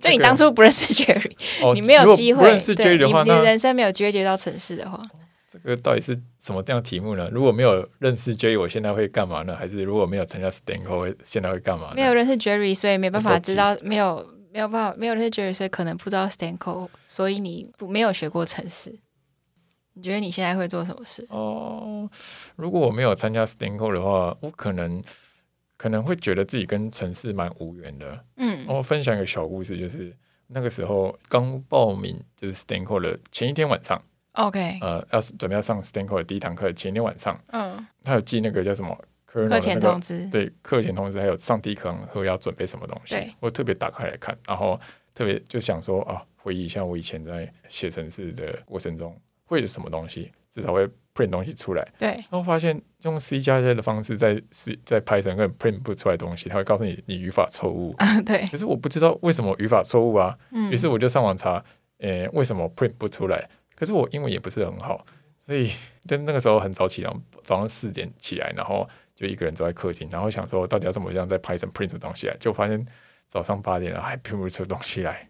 [SPEAKER 2] 就你当初不认识 Jerry，、
[SPEAKER 1] 哦，
[SPEAKER 2] 你没有机
[SPEAKER 1] 如果不
[SPEAKER 2] 会，
[SPEAKER 1] 认识 Jerry
[SPEAKER 2] 对，
[SPEAKER 1] 的
[SPEAKER 2] 你
[SPEAKER 1] 话，
[SPEAKER 2] 你的
[SPEAKER 1] 那哦
[SPEAKER 2] 人生没有机会接触到城市的话，
[SPEAKER 1] 这个到底是什么样的题目呢？如果没有认识 Jerry，我现在会干嘛呢？还是如果没有参加 Stanco，会现在会干嘛呢？
[SPEAKER 2] 没有认识 Jerry，所以没办法
[SPEAKER 1] 很多
[SPEAKER 2] 知道，没有没有办法，没有认识 Jerry，所以可能不知道 Stanco，所以你不没有学过城市。你觉得你现在会做什么事？
[SPEAKER 1] 哦，如果我没有参加 Stanco 的话，我可能可能会觉得自己跟城市蛮无缘的。
[SPEAKER 2] 嗯，
[SPEAKER 1] 我分享一个小故事，就是那个时候刚报名就是 Stanco 的前一天晚上，
[SPEAKER 2] OK，
[SPEAKER 1] 呃，要是准备要上 Stanco 的第一堂课的前一天晚上，
[SPEAKER 2] 嗯，
[SPEAKER 1] 他有寄那个叫什么课
[SPEAKER 2] 课前通
[SPEAKER 1] 同
[SPEAKER 2] 知，
[SPEAKER 1] 对课前通知，还有上第一堂课要准备什么东西
[SPEAKER 2] 对，
[SPEAKER 1] 我特别打开来看，然后特别就想说啊，回忆一下我以前在写程式的过程中会有什么东西，至少会 print 东西出来。
[SPEAKER 2] 对，
[SPEAKER 1] 然后发现用 C 加加的方式在是在 Python 跟 print 不出来的东西，它会告诉你你语法错误。
[SPEAKER 2] 对，
[SPEAKER 1] 可是我不知道为什么语法错误啊，
[SPEAKER 2] 啊嗯
[SPEAKER 1] 于是我就上网查，呃，为什么 print 不出来？可是我英文也不是很好，所以但那个时候很早起床，早上四点起来，然后就一个人走在客厅，然后想说到底要怎么样在 Python print 出东西来，就发现早上八点了还 print 不出东西来。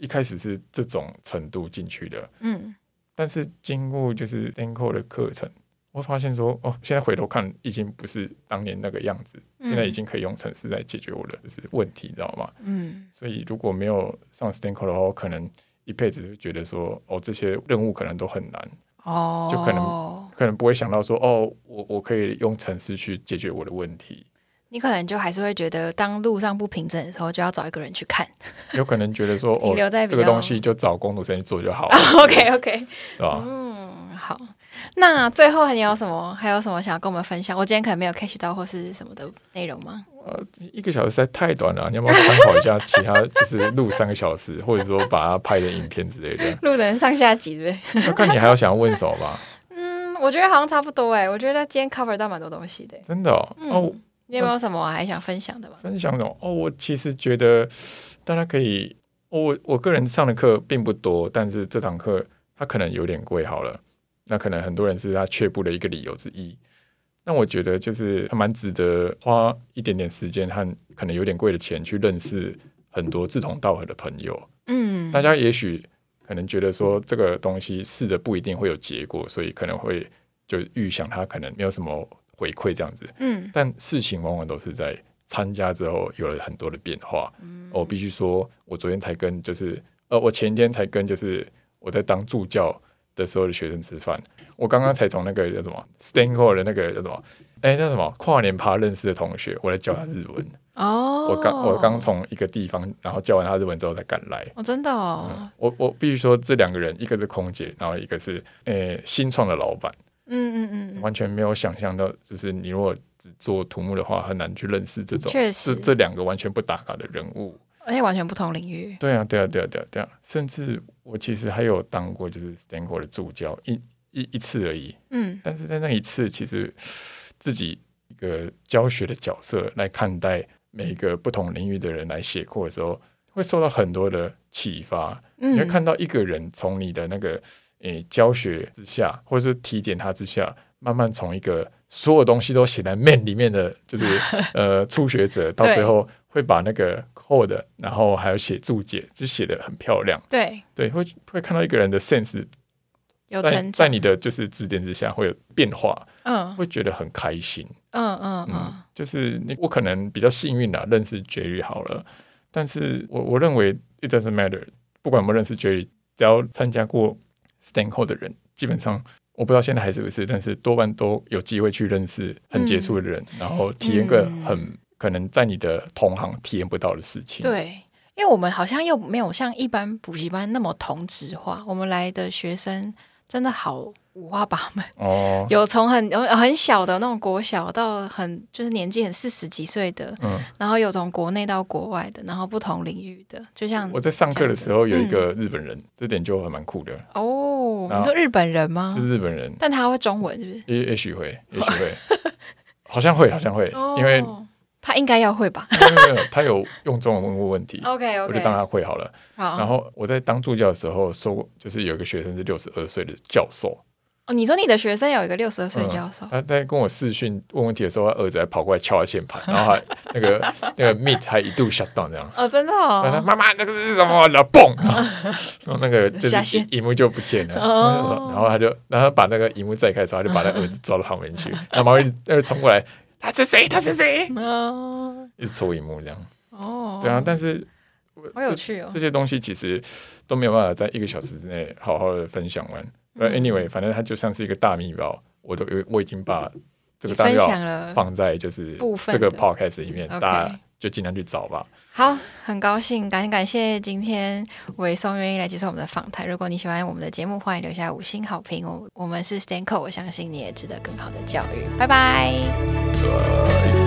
[SPEAKER 1] 一开始是这种程度进去的，
[SPEAKER 2] 嗯，
[SPEAKER 1] 但是经过就是 Denko 的课程，我发现说，哦，现在回头看已经不是当年那个样子，
[SPEAKER 2] 嗯
[SPEAKER 1] 现在已经可以用程式来解决我的就是问题，你知道吗？
[SPEAKER 2] 嗯，
[SPEAKER 1] 所以如果没有上 Stanco 的话，我可能一辈子会觉得说，哦，这些任务可能都很难，
[SPEAKER 2] 哦，
[SPEAKER 1] 就可能可能不会想到说，哦，我我可以用程式去解决我的问题，
[SPEAKER 2] 你可能就还是会觉得，当路上不平整的时候，就要找一个人去看。
[SPEAKER 1] 有可能觉得 说，哦
[SPEAKER 2] 停留在，比
[SPEAKER 1] 这
[SPEAKER 2] 较
[SPEAKER 1] 个东西就找工读生去做就好了，
[SPEAKER 2] OK OK，
[SPEAKER 1] 对吧？
[SPEAKER 2] 嗯，好。那最后你有什么还有什么想要跟我们分享？我今天可能没有 catch 到或是什么的内容吗？
[SPEAKER 1] 呃，一个小时实在太短了，你要不要参考一下其他，就是录三个小时，或者说把它拍成影片之类的？
[SPEAKER 2] 路人上下集对不对？
[SPEAKER 1] 那看你还要想要问什么吧？
[SPEAKER 2] 嗯，我觉得好像差不多哎，我觉得今天 cover 到蛮多东西的欸。
[SPEAKER 1] 真的哦，
[SPEAKER 2] 嗯，
[SPEAKER 1] 哦我
[SPEAKER 2] 你有没有什么啊还想分享的吗？
[SPEAKER 1] 分享什么？哦，我其实觉得大家可以，哦、我我个人上的课并不多，但是这堂课它可能有点贵，好了，那可能很多人是他却步的一个理由之一。那我觉得就是还蛮值得花一点点时间和可能有点贵的钱去认识很多志同道合的朋友。
[SPEAKER 2] 嗯
[SPEAKER 1] 大家也许可能觉得说这个东西试着不一定会有结果，所以可能会就预想它可能没有什么回馈这样子。
[SPEAKER 2] 嗯
[SPEAKER 1] 但事情往往都是在参加之后有了很多的变化。哦我必须说，我昨天才跟就是呃，我前天才跟就是我在当助教的时候的学生吃饭，我刚刚才从那个叫什么 Stanco 的那个叫什么。哎，那什么跨年趴认识的同学，我来教他日文。
[SPEAKER 2] 哦，
[SPEAKER 1] 我刚我刚从一个地方，然后教完他日文之后才赶来。
[SPEAKER 2] 哦，真的哦，
[SPEAKER 1] 我我必须说，这两个人，一个是空姐，然后一个是呃新创的老板，
[SPEAKER 2] 嗯嗯嗯嗯，
[SPEAKER 1] 完全没有想象到，就是你如果只做土木的话，很难去认识这种，
[SPEAKER 2] 确实
[SPEAKER 1] 是这两个完全不打卡的人物。
[SPEAKER 2] 而且完全不同领域。
[SPEAKER 1] 对啊，对啊，对啊，对啊，对啊，甚至我其实还有当过就是 Stanford 的助教一一一次而已，
[SPEAKER 2] 嗯
[SPEAKER 1] 但是在那一次，其实自己一个教学的角色来看待每个不同领域的人来写过的时候，会受到很多的启发。
[SPEAKER 2] 嗯，
[SPEAKER 1] 你会看到一个人从你的那个诶、教学之下，或者是提点他之下，慢慢从一个所有东西都写在 man 里面的，就是 呃初学者，到
[SPEAKER 2] 对
[SPEAKER 1] 最后会把那个 code，然后还有写注解，就写的很漂亮。
[SPEAKER 2] 对
[SPEAKER 1] 对，会会看到一个人的 sense
[SPEAKER 2] 有
[SPEAKER 1] 在
[SPEAKER 2] 成
[SPEAKER 1] 在
[SPEAKER 2] 长，
[SPEAKER 1] 你的就是指点之下会有变化，
[SPEAKER 2] 嗯
[SPEAKER 1] 会觉得很开心。
[SPEAKER 2] 嗯嗯
[SPEAKER 1] 嗯
[SPEAKER 2] 嗯，，
[SPEAKER 1] 就是你我可能比较幸运啦，认识 Jerry 好了，但是我我认为 it doesn't matter，不管有没有认识 Jerry，只要参加过 Stanco 的人，基本上我不知道现在还是不是，但是多半都有机会去认识很杰出的人，
[SPEAKER 2] 嗯
[SPEAKER 1] 然后体验个很、可能在你的同行体验不到的事情。，
[SPEAKER 2] 对。因为我们好像又没有像一般补习班那么同质化，我们来的学生真的好五花八 门，
[SPEAKER 1] 哦，
[SPEAKER 2] 有从很呃很小的那种国小到很就是年纪很四十几岁的，
[SPEAKER 1] 嗯，
[SPEAKER 2] 然后有从国内到国外的，然后不同领域的，就像
[SPEAKER 1] 我在上课的时候有一个日本人，
[SPEAKER 2] 嗯
[SPEAKER 1] 这点就还蛮酷的，
[SPEAKER 2] 哦，
[SPEAKER 1] 然后
[SPEAKER 2] 你说日本人
[SPEAKER 1] 啊
[SPEAKER 2] 吗？
[SPEAKER 1] 是日本人，
[SPEAKER 2] 但他会中文是不是？
[SPEAKER 1] 也也许会，也许 会，好像会，好像会，
[SPEAKER 2] 哦
[SPEAKER 1] 因为。
[SPEAKER 2] 他应该要会吧
[SPEAKER 1] 没有没有没有，他有用中文问过问题
[SPEAKER 2] ？OK
[SPEAKER 1] 我
[SPEAKER 2] 哦 OK，哦
[SPEAKER 1] 就当他会好了。
[SPEAKER 2] 好。
[SPEAKER 1] 然后我在当助教的时候，收过就是有一个学生是六十二岁的教授，
[SPEAKER 2] 哦，你说你的学生有一个六十二岁的教授，
[SPEAKER 1] 他在跟我视讯问问题的时候，他儿子还跑过来敲他键盘，然后还那 个那个 Meet 还一度 shut down 这样。
[SPEAKER 2] 哦，真的
[SPEAKER 1] 然后他
[SPEAKER 2] 哦，
[SPEAKER 1] 妈妈那个是什么？然后嘣，然后然后那个就
[SPEAKER 2] 下
[SPEAKER 1] 是
[SPEAKER 2] 线
[SPEAKER 1] 荧幕就不见了。
[SPEAKER 2] 哦
[SPEAKER 1] 然后他就，然后他把那个荧幕再开的时候，他就把他儿子抓到旁边 去，然后妈妈一直一直冲过来，他是谁？他是谁？
[SPEAKER 2] 哦，
[SPEAKER 1] 一直戳荧幕这样。
[SPEAKER 2] 哦，
[SPEAKER 1] 对啊，但是我
[SPEAKER 2] 好有趣哦
[SPEAKER 1] 这些东西其实都没有办法在一个小时之内好好的分享完。呃、
[SPEAKER 2] 嗯
[SPEAKER 1] a n y w a y 反正它就像是一个大密包，我都我已经把这
[SPEAKER 2] 你
[SPEAKER 1] 个大密
[SPEAKER 2] 分享
[SPEAKER 1] 包
[SPEAKER 2] 了，
[SPEAKER 1] 放在就是
[SPEAKER 2] 部分
[SPEAKER 1] 这个
[SPEAKER 2] 的
[SPEAKER 1] podcast 里面，
[SPEAKER 2] OK
[SPEAKER 1] 大家就尽量去找吧。
[SPEAKER 2] 好，很高兴，感感谢今天伟松愿意来接受我们的访谈。如果你喜欢我们的节目，欢迎留下五星好评哦。我们是 Stanco，我相信你也值得更好的教育。拜拜。
[SPEAKER 1] 呃